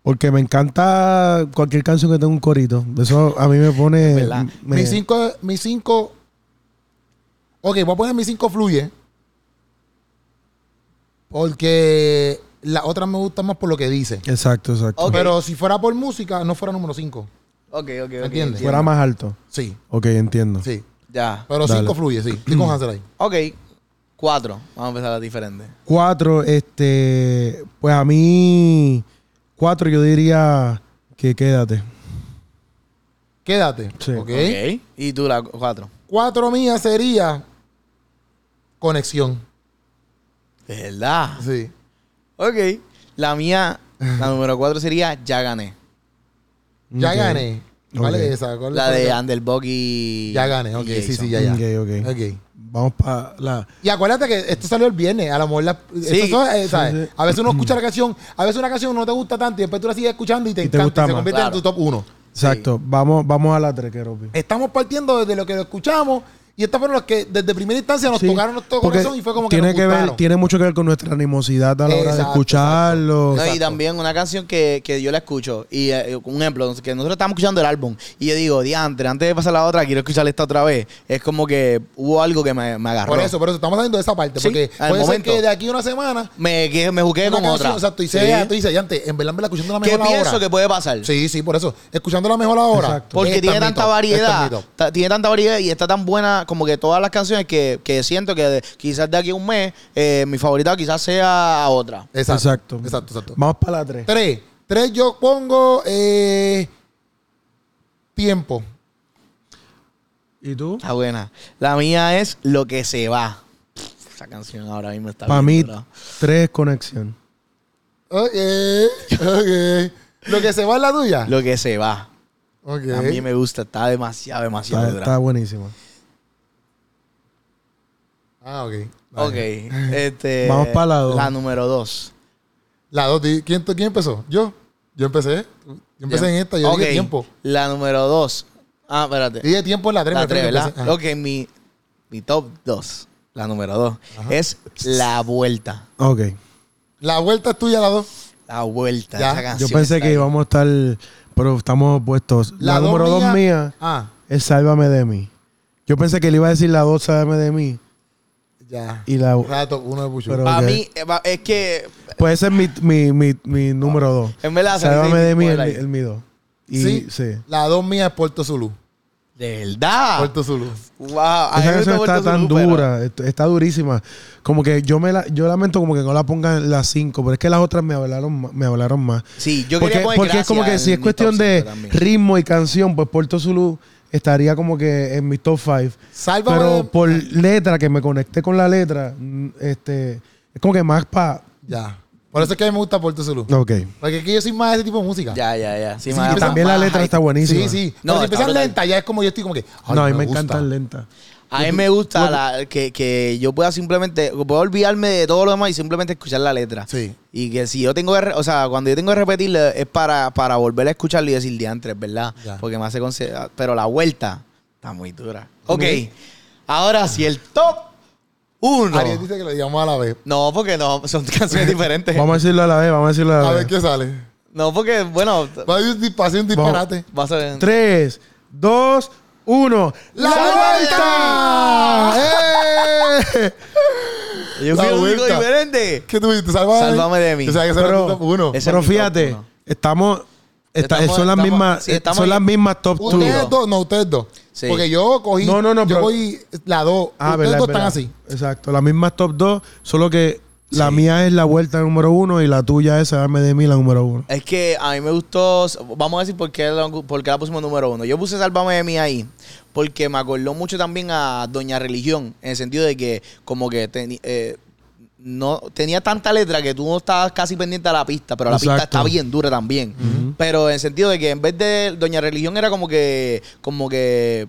Porque me encanta cualquier canción que tenga un corito. Eso a mí me pone.
¿Verdad?
me-
Mi 5. Mi 5. Ok, voy a poner mi 5 fluye. Porque las otras me gustan más por lo que dice.
Exacto, exacto.
Ok.
Pero si fuera por música, no fuera número 5.
Ok, ok, ok.
¿Entiendes?
Fuera más alto.
Sí,
Ok, entiendo.
sí.
Ya.
Pero
Dale.
5 fluye, sí. Estoy con Hansel ahí.
Ok. Cuatro. Vamos a empezar las diferentes.
Cuatro, este. Pues a mí. Cuatro, yo diría que quédate.
Quédate.
Sí.
Ok.
Ok. Y tú la cu- cuatro.
Cuatro mía sería conexión.
De verdad.
Sí.
Ok. La mía, la número cuatro sería Ya gané.
Ya
Ok.
gané. ¿Cuál
Ok.
es esa? ¿Cuál-
La
cuál
de
es?
Underbog y.
Ya gané, ok,
y
sí, sí,
Jason.
ya, ya.
Ok, ok.
Ok.
Vamos para la.
Y acuérdate que esto salió el viernes, a lo mejor la- esto son, eh, ¿sabes?
sí, sí.
a veces uno escucha la canción, a veces una canción no te gusta tanto y después tú la sigues escuchando y te
Y te
encanta
gusta
y se
más.
convierte
Claro.
en tu top 1.
Exacto. Vamos, vamos a la tres, Keropi.
Estamos partiendo desde lo que lo escuchamos y estas fueron las que desde primera instancia nos
Sí,
tocaron nuestro
porque
corazón y fue como que
tiene
nos
que ver,
gustaron.
tiene mucho que ver con nuestra animosidad a la hora de
Exacto,
escucharlo.
No, y
Exacto.
también una canción que, que yo la escucho. Y eh, un ejemplo, que nosotros estamos escuchando el álbum. Y yo digo, diantre, antes de pasar a la otra, quiero escuchar esta otra vez. Es como que hubo algo que me, me agarró.
Por eso, por eso estamos saliendo de esa parte,
Sí,
porque
al
puede
momento.
ser que de aquí a una semana
Me, que me jugué
una
con otra.
canción, exacto, y
Sí.
sea, tú dices, "Ya, antes, en verdad, en verdad, escuchando la
¿Qué
mejor
pienso
ahora.
que puede pasar?
Sí, sí, por eso, escuchando la mejor ahora.
Exacto.
Porque este
Esta
tiene
es mi
tanta
top, esta
variedad.
es mi top.
ta- tiene tanta variedad y está tan buena como que todas las canciones que, que siento que de- quizás de aquí a un mes eh, mi favorita quizás sea otra.
Exacto.
Exacto.
Exacto, exacto.
Vamos para la tres.
Tres. Tres yo pongo eh, tiempo.
¿Y tú?
Está buena. La mía es Lo que se va. Esa canción ahora mismo está
Para
bien
mí,
dura.
tres conexión.
Ok, ok. Lo que se va es la tuya.
Lo que se va.
Ok.
A mí me gusta. Está demasiado, demasiado
Está,
dura.
está buenísimo.
Ah, ok.
Ok.
Vale.
este,
Vamos pa' la dos.
La número dos.
La dos, di- ¿quién, ¿quién empezó? Yo. Yo empecé. Yo empecé en esta, yo
Ok,
dije tiempo.
La número dos. Ah, espérate.
Dije tiempo en la tres.
La
me fue
tres,
que
¿verdad?
empecé. Ajá.
Ok, mi, mi top 2, la número 2, es La Vuelta.
Ok.
La vuelta es tuya, la dos.
La Vuelta.
Ya,
esa
Yo
canción
pensé
está
que
ahí.
íbamos a estar. Pero estamos opuestos. La,
dos
número dos mía
Ah,
es Sálvame de mí. Yo pensé que le iba a decir la dos, Sálvame de mí.
ya.
Y la.
Rato, uno de Puchu. Ah,
Pero-
Para
ok.
mí, eh, va- es que.
Pues ese es mi, mi, mi, mi número dos.
En verdad,
Sálvame de mí
mi
es mi- es mi dos. Y
sí,
sí. Ah.
La dos mía es Puerto Zulu.
De verdad.
Puerto Zulu.
Wow. a mí
Esa
me
canción
gusta
está
Puerto
tan
Rico, pero-
dura, est- está durísima. Como que yo me la, yo lamento como que no la pongan en las 5, pero es que las otras me hablaron, ma- me hablaron más.
Sí, yo
porque
quería poner
porque es como
Gracia
que si
en
es
mi
cuestión
top
de
cinco también.
ritmo y canción, pues Puerto Zulu estaría como que en mi top 5.
Sálvame.
Pero
de-
por letra, que me conecté con la letra, mm, este, es como que más para...
Ya. Por eso es que a mí me gusta Puerto Zulu.
Ok.
Porque es que yo soy más de ese tipo de música.
Ya, ya, ya. Sí,
Sí,
más-
pero
También
más
la letra
hype.
está buenísima.
Sí, sí. No,
No,
si
está
empiezas
brutal.
lenta, ya es como yo estoy como que. ay,
no, a mí me,
gusta.
encantan lentas.
A mí me gusta la, que, que yo pueda simplemente, puedo olvidarme de todo lo demás y simplemente escuchar la letra.
Sí.
Y que si yo tengo que, re- o sea, cuando yo tengo que repetirla es para, para volver a escucharlo y decir diantres, ¿verdad?
Ya.
Porque me hace considerar, pero la vuelta está muy dura. Ok,
Ok.
ahora sí, el top uno.
Ariel dice que lo digamos a la vez.
No, porque no, son canciones diferentes.
Vamos a decirlo a la vez, vamos a decirlo a la
A ver
vez.
qué sale.
No, porque, bueno,
Va a haber un dis- va a ser un disparate.
va a ser...
3, 2, 1.
¡La
Vuelta!
vuelta! ¡Eh!
Yo
La
fui el único
Vuelta.
diferente.
¿Qué tú dijiste? Sálvame,
Sálvame de mí.
Yo sabía que ese era
Pero-
tu top uno.
Ese
Pero
es mi top
fíjate,
uno.
estamos, esta-
Estamos-
son las
estamos-
mismas, eh,
sí, estamos
son
ahí.
las mismas top two.
Ustedes dos, no, ustedes dos.
Sí.
Porque yo cogí.
No, no, no,
Yo
pero-
cogí la dos.
Ah,
ustedes
verdad,
dos
verdad.
están así.
Exacto, las mismas top 2, solo que la mía es la vuelta número uno y la tuya es Dame de mí la número uno.
Es que a mí me gustó. Vamos a decir por qué, la- por qué la pusimos número uno. Yo puse Sálvame de mí ahí. Porque me acordó mucho también a Doña Religión. En el sentido de que, como que teni- eh, no, tenía tanta letra que tú no estabas casi pendiente a la pista. Pero la pista
Exacto.
está bien dura también. Pero en el sentido de que en vez de Doña Religión era como que. Como que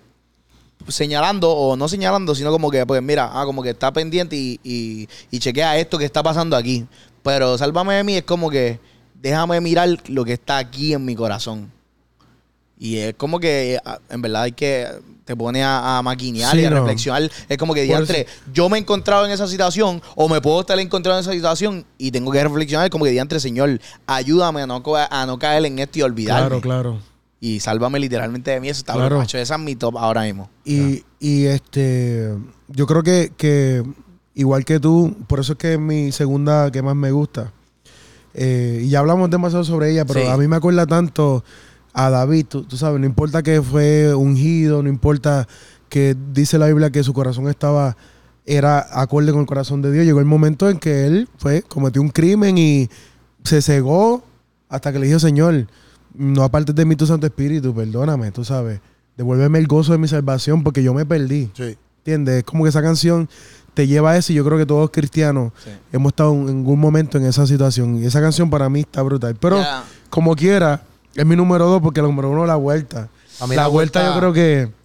señalando o no señalando, sino como que, pues mira, ah, como que está pendiente y, y, y chequea esto que está pasando aquí. Pero Sálvame de mí es como que déjame mirar lo que está aquí en mi corazón. Y es como que, eh, ah, en verdad, hay que te pone a, a maquinear
Sí,
y a
no.
reflexionar. Es como que,
Por
diantre, yo me he encontrado en esa situación o me puedo estar encontrado en esa situación y tengo que reflexionar como que, diantre, señor, ayúdame a no, co- a no caer en esto y olvidarme.
Claro, claro.
Y sálvame literalmente de mí. Eso está
Claro.
macho. Esa es mi top ahora mismo.
Y, y, este, yo creo que, que igual que tú, por eso es que es mi segunda que más me gusta. Eh, y ya hablamos demasiado sobre ella, pero
Sí.
a mí me acuerda tanto a David, tú, tú sabes, no importa que fue ungido, no importa que dice la Biblia que su corazón estaba, era acorde con el corazón de Dios, llegó el momento en que él fue, cometió un crimen y se cegó hasta que le dijo, Señor, no apartes de mí tu Santo Espíritu, perdóname, tú sabes, devuélveme el gozo de mi salvación porque yo me perdí.
Sí.
¿Entiendes? Es como que esa canción te lleva a eso y yo creo que todos cristianos
Sí.
hemos estado en algún momento en esa situación. Y esa canción para mí está brutal. Pero
Ya.
como quiera, es mi número dos porque el número uno es la vuelta.
A mí
la,
La
vuelta,
Vuelta-
yo creo que
A mí me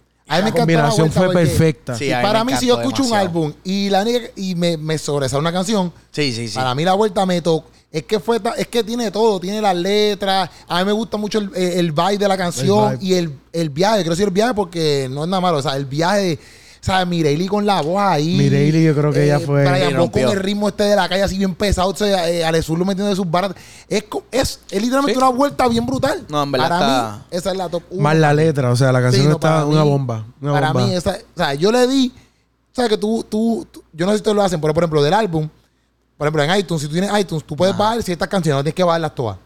la
encantó La
combinación
Vuelta
fue
porque-
perfecta.
Sí,
Y
a mí
para
me
mí, si yo
encantó
escucho
demasiado.
un álbum y la única- y me, me sobresale una canción,
Sí, sí, sí.
para mí la vuelta me tocó. Es que fue ta- es que tiene todo, tiene las letras. A mí me gusta mucho el, eh, el- el vibe de la canción
El vibe.
y el, el viaje. Quiero decir el viaje porque no es nada malo. O sea, el viaje, o sea, Mireili con la voz ahí. eh,
Mireili yo creo que ella fue-
Brian
Sí,
Boss con
rompió.
el ritmo este de la calle así bien pesado. O sea, eh, Ale Sur lo metiendo de sus barras. Es, co- es, es literalmente
Sí.
una vuelta bien brutal.
No, en verdad
Para
está-
mí, esa es la top uno.
Más la letra, o sea, la canción
Sí, no,
está
para
una
mí-
bomba. una
para
bomba.
mí, esa, o sea, yo le di. O sea, que tú, tú, tú- Yo no sé si ustedes lo hacen, pero por ejemplo, del álbum. Por ejemplo, en iTunes, si tú tienes iTunes, tú
Ah.
puedes bajar ciertas canciones, no tienes que bajarlas todas.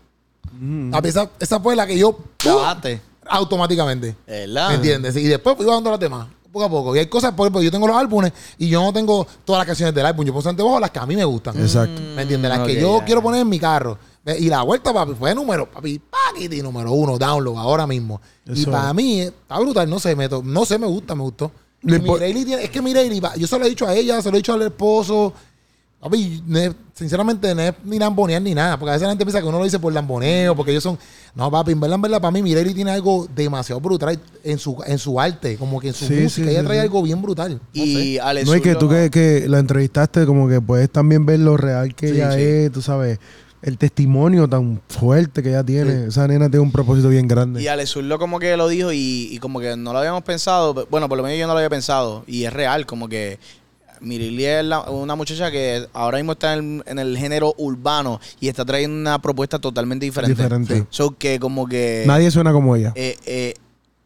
Mm.
A mí esa, esa fue la que yo.
Ya
¡pum!
bajaste.
Automáticamente.
¿Verdad?
¿Me entiendes? Y después fui bajando las demás, poco a poco. Y hay cosas, por ejemplo, yo tengo los álbumes y yo no tengo todas las canciones del álbum. Yo pongo ante las que a mí me gustan.
Exacto.
¿Me entiendes? Las
Mm, ok,
que yo
ya,
quiero
ya.
poner en mi carro. Eh, Y la vuelta, papi, fue número, papi, paquiti, número uno, download, ahora mismo. y
Eso
para
es.
mí, eh, está brutal, no sé, me to- no sé, me gusta, me gustó.
Le
Y
po-
Mireille tiene- es que Mireille, va- yo se lo he dicho a ella, se lo he dicho al esposo. Papi, no es- sinceramente, no es ni lambonear ni nada, porque a veces la gente piensa que uno lo dice por lamboneo, porque ellos son. No, papi, en verdad, en verdad, para mí Mireille tiene algo demasiado brutal en su, en su arte, como que en su
Sí,
música.
sí,
ella
sí,
trae
sí.
algo bien brutal. no sé.
Y Alex
No es que
Zurdo,
tú que, que la entrevistaste, como que puedes también ver lo real que
Sí,
ella
sí.
es, tú sabes, el testimonio tan fuerte que ella tiene.
Sí.
Esa nena tiene un propósito bien
Y eh,
grande.
Alex Zurdo como que lo dijo y, y como que no lo habíamos pensado. pe- Bueno, por lo menos yo no lo había pensado. Y es real, como que Mirili es la- una muchacha que ahora mismo está en el, en el género urbano y está trayendo una propuesta totalmente diferente.
Diferente.
Sí. So que como que...
Nadie suena como ella.
eh, eh,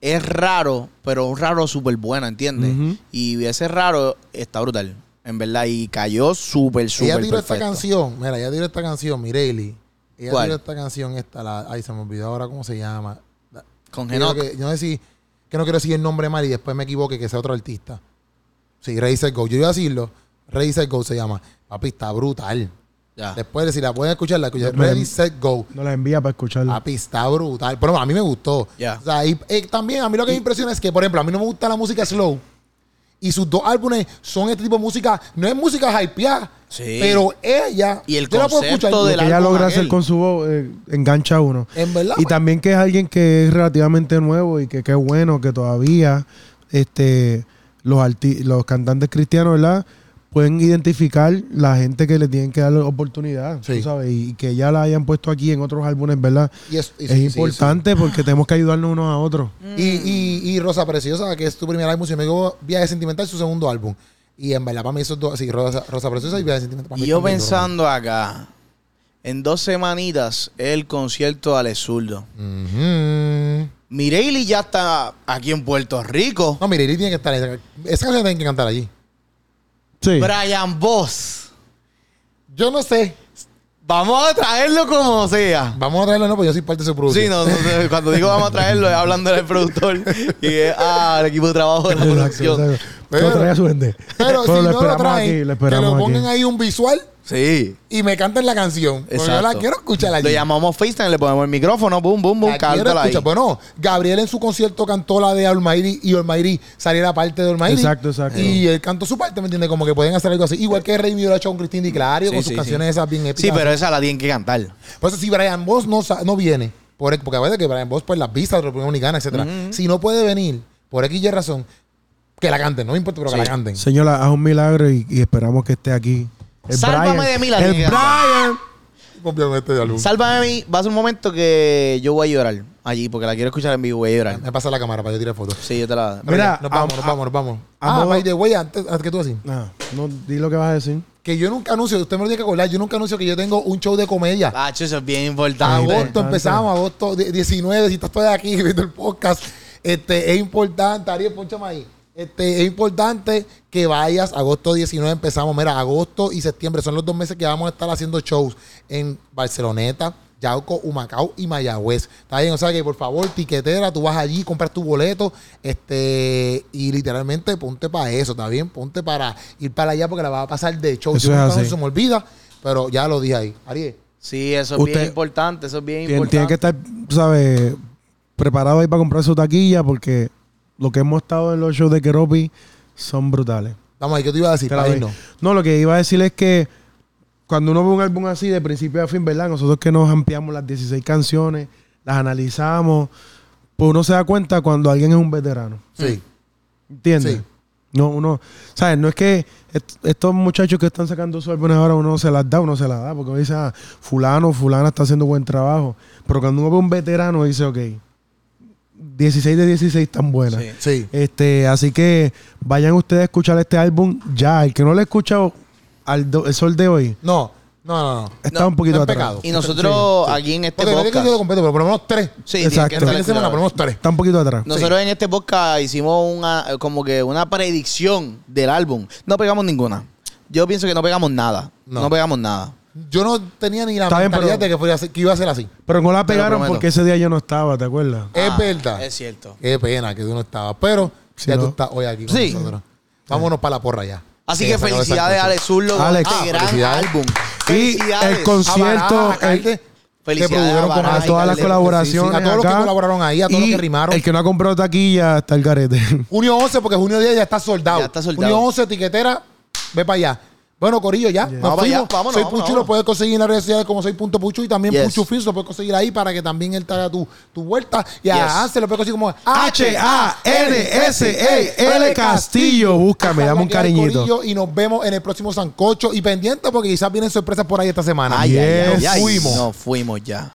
es raro, pero un raro súper bueno, ¿entiendes?
Ujú.
Y ese raro está brutal, en verdad. Y cayó súper, súper
Ella tiró esta
perfecto.
canción, mira, ella tiró esta canción, Mireli. Ella
¿Cuál?
tiró esta canción, esta, la, ay, se me olvidó ahora cómo se llama. La-
Con
yo, creo
Genoc.
que, yo no sé si, que no quiero decir el nombre mal y después me equivoque que sea otro artista. Sí, Razor Go. Yo iba a decirlo, Razor Go se llama. Papi, está brutal.
Ah.
Ya.
Después, si la pueden escuchar, la escuchan.
Me-
Ready, Set, Go.
No la envía para escucharla.
Papi, está brutal. Pero a mí me gustó.
Ya.
O sea, y, eh, también a mí lo que me impresiona es que, por ejemplo, a mí no me gusta la música slow. Y sus dos álbumes son este tipo de música. No es música hypeada.
Sí.
Pero ella.
Y el
yo la puedo
concepto
escuchar-
de
lo
del
que ella
álbum
logra
aquel. Eh,
hacer con su voz eh, engancha a uno.
En verdad. pues,
Y también que es alguien que es relativamente nuevo y que qué bueno que todavía este, los, arti- los cantantes cristianos, ¿verdad? Pueden identificar la gente que le tienen que dar la oportunidad,
Sí.
tú ¿sabes? Y que ya la hayan puesto aquí en otros álbumes, ¿verdad?
y es, y-
es
sí, sí,
importante porque tenemos que ayudarnos unos a otros.
sí. Y, y- y Rosa Preciosa, que es tu primer álbum, si no me equivoco, Viaje Sentimental, su segundo álbum. Y en verdad, para mí esos dos, sí, Rosa, Rosa Preciosa y Viaje Sentimental. para mí
Y yo
están bien
pensando acá, en dos semanitas, el concierto de Alex
duros.
Zurdo.
Ujú.
Mireili ya está aquí en Puerto Rico.
No, mire, Lili tiene que estar. Esa esa canción tiene que cantar allí.
Sí.
Brian Boss.
Yo no sé.
Vamos a traerlo como sea.
Vamos a traerlo, no, porque yo soy parte de su producción.
Sí, no, no, cuando digo vamos a traerlo es hablando del productor y es ah, el equipo de trabajo de la
Exacto,
producción.
exacto. Que lo traiga su gente.
Pero, si
lo
no lo
esperamos
traen,
aquí, lo
que
esperamos
lo
aquí.
pongan ahí un visual
Sí.
y me canten la canción. Porque yo la
Exacto.
quiero escuchar allí.
Lo llamamos FaceTime, le ponemos el micrófono, boom, boom, boom,
La quiero
cántala ahí.
escuchar. Bueno, Gabriel en su concierto cantó la de Almighty y Almighty salió la parte de Almighty.
Exacto, exacto.
Y él cantó su parte, ¿me entiendes? Como que pueden hacer algo así. Igual que Rey Miguel ha hecho con Cristín Di Clario,
Sí,
con sus
sí,
canciones
sí.
esas bien épicas.
Sí, pero esa la tienen que cantar.
Por eso, si Brian Boss no, sa- no viene, por, e, porque a veces que Brian Boss, pues las visas de República Dominicana, etcétera Si no puede venir, por X y razón, Que la canten, no me importa, pero que la
Sí.
canten.
Señora, haz un milagro y, y esperamos que esté aquí. El
Sálvame
Brian-
de mí, la
El
niña.
Brian.
Copiame este de álbum.
Sálvame a mí. Va a ser un momento que yo voy a llorar allí porque la quiero escuchar en vivo. Voy a llorar.
Me pasa la cámara para yo tirar fotos.
Sí, yo te la.
Pero
Mira,
ya, nos vamos,
a-
nos vamos, nos vamos.
a
ah,
modo-
by the way, antes, antes que tú así.
Ah, no, di lo que vas a decir.
Que yo nunca anuncio, usted me lo tiene que acordar, yo nunca anuncio que yo tengo un show de comedia.
Ah, eso es bien importante.
Agosto
importante.
empezamos, agosto die- 19, si estás todavía aquí viendo el podcast, este, es importante, Ariel, ponchame ahí. Este, es importante que vayas, agosto 19 empezamos, mira, agosto y septiembre son los dos meses que vamos a estar haciendo shows en Barceloneta, Yauco, Humacao y Mayagüez. Está bien, o sea que por favor, tiquetera, tú vas allí, compras tu boleto, este, y literalmente ponte para eso, está bien, ponte para ir para allá porque la vas a pasar de show.
Eso
Yo
es
nunca
así.
Se me olvida, pero ya lo dije ahí. Ariel.
Sí, eso es
Usted-
bien importante. Eso es bien
Tien-
importante.
Tienen que estar, ¿sabes? Preparado ahí para comprar su taquilla porque lo que hemos estado en los shows de Keropi son brutales.
Vamos ahí, ¿qué te iba a decir?
Te la
Para
doy.
irnos.
No, lo que iba a decir es que cuando uno ve un álbum así de principio a fin, ¿verdad? Nosotros que nos ampliamos las 16 canciones, las analizamos, pues uno se da cuenta cuando alguien es un veterano.
Sí.
¿Entiendes?
Sí.
No, uno, ¿sabes? No es que est- estos muchachos que están sacando sus álbumes ahora uno se las da, uno se las da, porque uno dice, ah, fulano, fulana está haciendo buen trabajo. Pero cuando uno ve un veterano, dice, ok, 16 de 16 están buenas.
Sí.
Sí.
Este, así que vayan ustedes a escuchar este álbum ya. El que no lo ha escuchado al do- el sol de hoy
No, no, no, no.
está
No,
un poquito
no es
atrás.
pecado.
Y nosotros aquí en este
Porque no tiene que ser
podcast.
todo completo, pero por lo menos tres.
Sí, tienen que
Exacto.
Este
estar
fin de semana, por lo menos tres.
Está un poquito atrás.
Nosotros en este podcast hicimos una como que una predicción del álbum. No pegamos ninguna. Yo pienso que no pegamos nada.
No.
No, pegamos nada.
Yo no tenía ni la
Está bien,
mentalidad
pero-
de que, fuera a ser- que iba a ser así.
Pero no la
Te lo
pegaron
prometo.
porque ese día yo no estaba, ¿te acuerdas?
Es
Ah,
verdad.
Es cierto.
Qué pena que tú no estabas. Pero
Si
ya
no-
tú estás hoy aquí con
Sí.
nosotros. Vámonos para la porra ya.
Así
Sí,
que
se acabó esa
felicidades,
cosa.
Alex Zurlo, con
Alex.
Ah,
este gran
felicidades.
álbum.
Y el
A
concierto,
Baraja, a
el-
Carte, que
Felicidades
produjeron
a
con
Baraja
a
Alex.
y
todas las
Calderón.
Sí,
colaboraciones.
sí, a todos los que
acá.
colaboraron ahí, a todos los
Y
que rimaron.
El que no ha comprado taquilla está el carete.
Junio 11, porque junio 10 ya está soldado.
Ya está soldado.
Junio 11, etiquetera, ve para allá. Bueno, Corillo, ya. Nos
Vamos para
fuimos.
allá, vámonos,
soy
vámonos,
Puchu, lo
vámonos.
puedes conseguir en las redes sociales como soy punto Puchu y también
Yes.
Puchu Fins lo puedes conseguir ahí para que también él te haga tu, tu vuelta. Y a
Yes.
Ansel lo puedes conseguir como E
H-A-N-S-E-L Castillo. Búscame, dame un
Hazla que hay,
cariñito.
Corillo, Y nos vemos en el próximo Sancocho. Y pendiente porque quizás vienen sorpresas por ahí esta semana.
Ay, ay, ay,
Yes.
ay.
Fuimos.
No, fuimos ya.